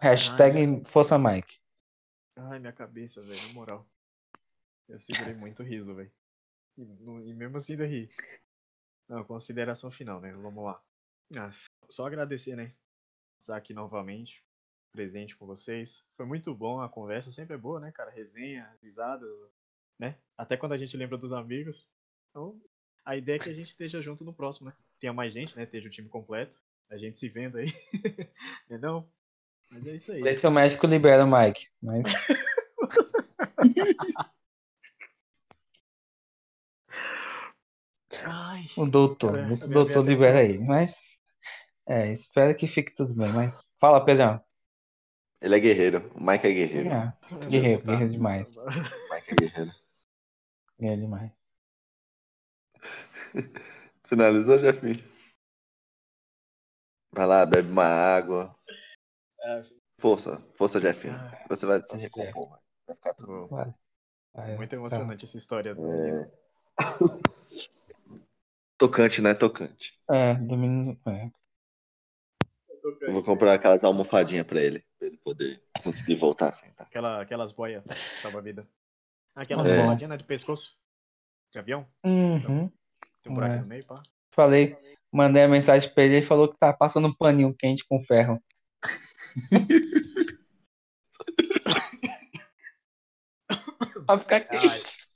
S3: Hashtag Força Mike.
S2: Ai, minha cabeça, velho, na moral. Eu segurei muito riso, velho. E, no- e mesmo assim ainda ri. Não, consideração final, né? Vamos lá. Ah, só agradecer, né? Estar aqui novamente, presente com vocês. Foi muito bom, a conversa sempre é boa, né, cara? Resenha, risadas, né? Até quando a gente lembra dos amigos. Então, a ideia é que a gente esteja junto no próximo, né? Tenha mais gente, né? Esteja o time completo. A gente se vendo aí. Não é não? Mas é isso aí.
S3: Vê se o médico libera o Mike. Mas
S2: Ai.
S3: o Um doutor,
S2: Cara,
S3: vê
S2: a
S3: se o
S2: minha veia
S3: doutor
S2: tá
S3: libera aí. Mas é, espero que fique tudo bem. Mas fala, Pedrão.
S1: Ele é guerreiro. O Mike é guerreiro.
S3: É,
S2: Ai,
S3: Guerreiro,
S2: tá.
S3: guerreiro demais.
S1: O Mike é guerreiro.
S3: é demais.
S1: Finalizou, Jefinho? Vai lá, bebe uma água.
S2: Ah,
S1: Força, força, Jefinho.
S2: Ah,
S1: Você vai se
S3: tá
S1: recompor, Mike. Vai ficar tudo.
S2: bom.
S3: Vai,
S2: Muito emocionante essa história. do
S1: É.
S2: menino.
S1: Tocante, né? Tocante.
S3: É, domingo. É.
S2: Eu tô
S1: Eu
S2: ganhando.
S1: vou comprar aquelas almofadinhas pra ele, pra ele poder conseguir voltar assim, tá? a sentar.
S2: Aquela, aquelas boias salva-vida. Aquelas
S1: É.
S2: boladinhas né, de pescoço. De avião.
S3: Uhum.
S2: Tem um buraco
S3: É.
S2: no meio, pá.
S3: Falei, mandei a mensagem pra ele, ele falou que tá passando um paninho quente com ferro. Vai ficar quente.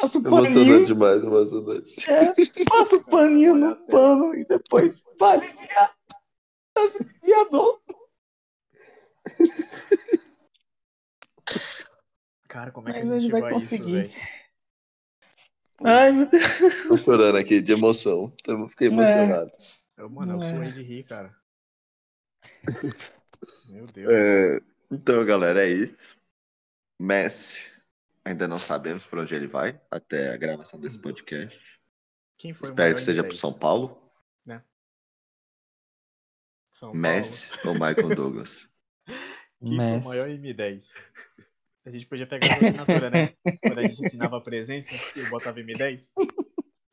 S3: Passa o
S1: Emocionante
S3: paninho,
S1: demais, emocionante.
S3: é, passa o paninho no pano e depois vai aliviar. Aliviar a dor.
S2: Cara, como é que
S3: Mas
S2: a
S3: ele
S2: gente
S3: vai
S2: chegou a isso,
S3: conseguir.
S2: velho?
S3: Ai, meu Deus.
S1: Tô chorando aqui de emoção. Eu
S2: É.
S1: fiquei emocionado.
S2: Eu, mano, eu
S3: Não é.
S2: suei de rir, cara. Meu Deus.
S1: É, então, galera, é isso. Messi, ainda não sabemos por onde ele vai até a gravação desse podcast.
S2: Quem foi o
S1: Espero
S2: maior
S1: que seja pro
S2: inglês?
S1: São Paulo.
S2: São Paulo.
S1: Messi ou Michael Douglas.
S2: Quem
S3: Mas-
S2: foi o maior M10? A gente podia pegar essa assinatura, né? Quando a gente ensinava a presença e eu botava M10,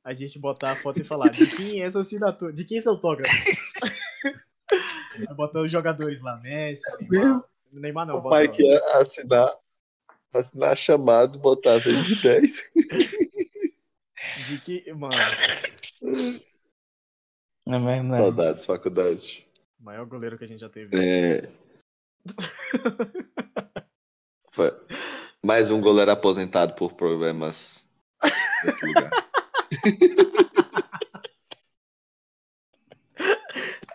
S2: a gente botar a foto e falar de quem é essa assinatura, de quem é esse autógrafo? Aí botar os jogadores lá, Messi, Neymar. Neymar não,
S1: o
S2: bota
S1: pai
S2: lá.
S1: que ia assinar, assinar chamado, botar vem de 10.
S2: De que, mano,
S3: Não é mesmo, né?
S1: Saudades, faculdade.
S2: maior goleiro que a gente já teve.
S1: É. Foi mais um goleiro aposentado por problemas nesse lugar.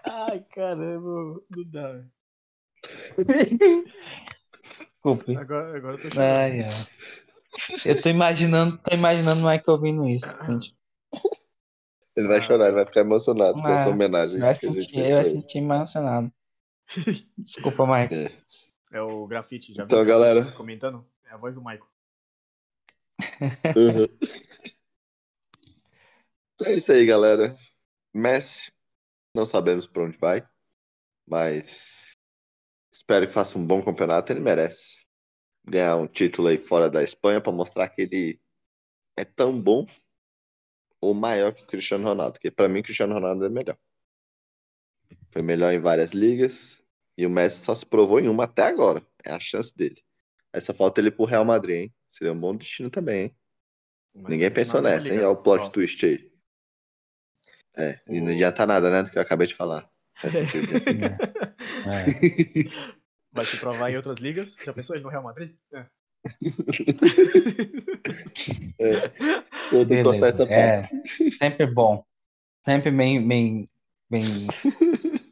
S2: Ai, caramba, não dá. velho.
S3: Desculpe.
S2: Agora, agora eu
S1: É.
S2: tô chorando.
S3: Ai, ai. Eu tô imaginando, tô imaginando o Michael ouvindo isso. gente.
S1: Ele vai chorar, ele vai ficar emocionado com essa
S3: Ah,
S1: homenagem
S3: Vai
S1: que a gente
S3: sentir,
S1: fez
S3: ele
S1: pra
S3: vai
S1: ele.
S3: sentir emocionado. Desculpa, Michael.
S2: É o grafite, já
S1: Então,
S2: viu?
S1: galera.
S2: Comentando? É a voz do Michael.
S1: Uhum. Então É isso aí, galera. Messi, não sabemos pra onde vai, mas espero que faça um bom campeonato. Ele merece ganhar um título aí fora da Espanha pra mostrar que ele é tão bom ou maior que o Cristiano Ronaldo. Porque pra mim, o Cristiano Ronaldo é melhor. Foi melhor em várias ligas e o Messi só se provou em uma até agora. É a chance dele. Essa falta ele pro Real Madrid, hein? Seria um bom destino também, hein?
S2: Mas
S1: Ninguém
S2: não
S1: pensou
S2: na
S1: nessa, hein?
S2: Liga.
S1: Olha o plot
S2: Ó,
S1: twist aí. É, e não
S2: O-
S1: adianta nada, né? Do que eu acabei de falar. Faz sentido, né?
S3: É.
S2: Vai se provar em outras ligas. Já pensou ele no Real Madrid? É.
S1: Eu tenho que cortar
S3: Beleza.
S1: essa parte.
S3: É, sempre bom. Sempre bem, bem, bem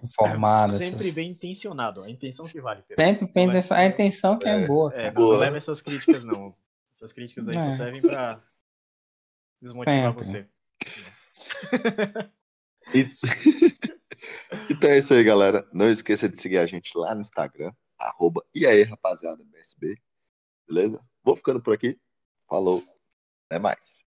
S3: informado. assim.
S2: Sempre bem intencionado. A intenção que vale, Pedro.
S3: Sempre bem
S2: Moleque.
S3: intenção- a intenção que é, boa.
S2: É,
S1: Boa.
S2: não leva essas críticas, não. Essas críticas aí só
S3: É.
S2: servem pra desmotivar você.
S3: Sempre.
S1: Então é isso aí, galera. Não esqueça de seguir a gente lá no Instagram, arroba e aí, rapaziada, BSB. Beleza? Vou ficando por aqui. Falou. Até mais.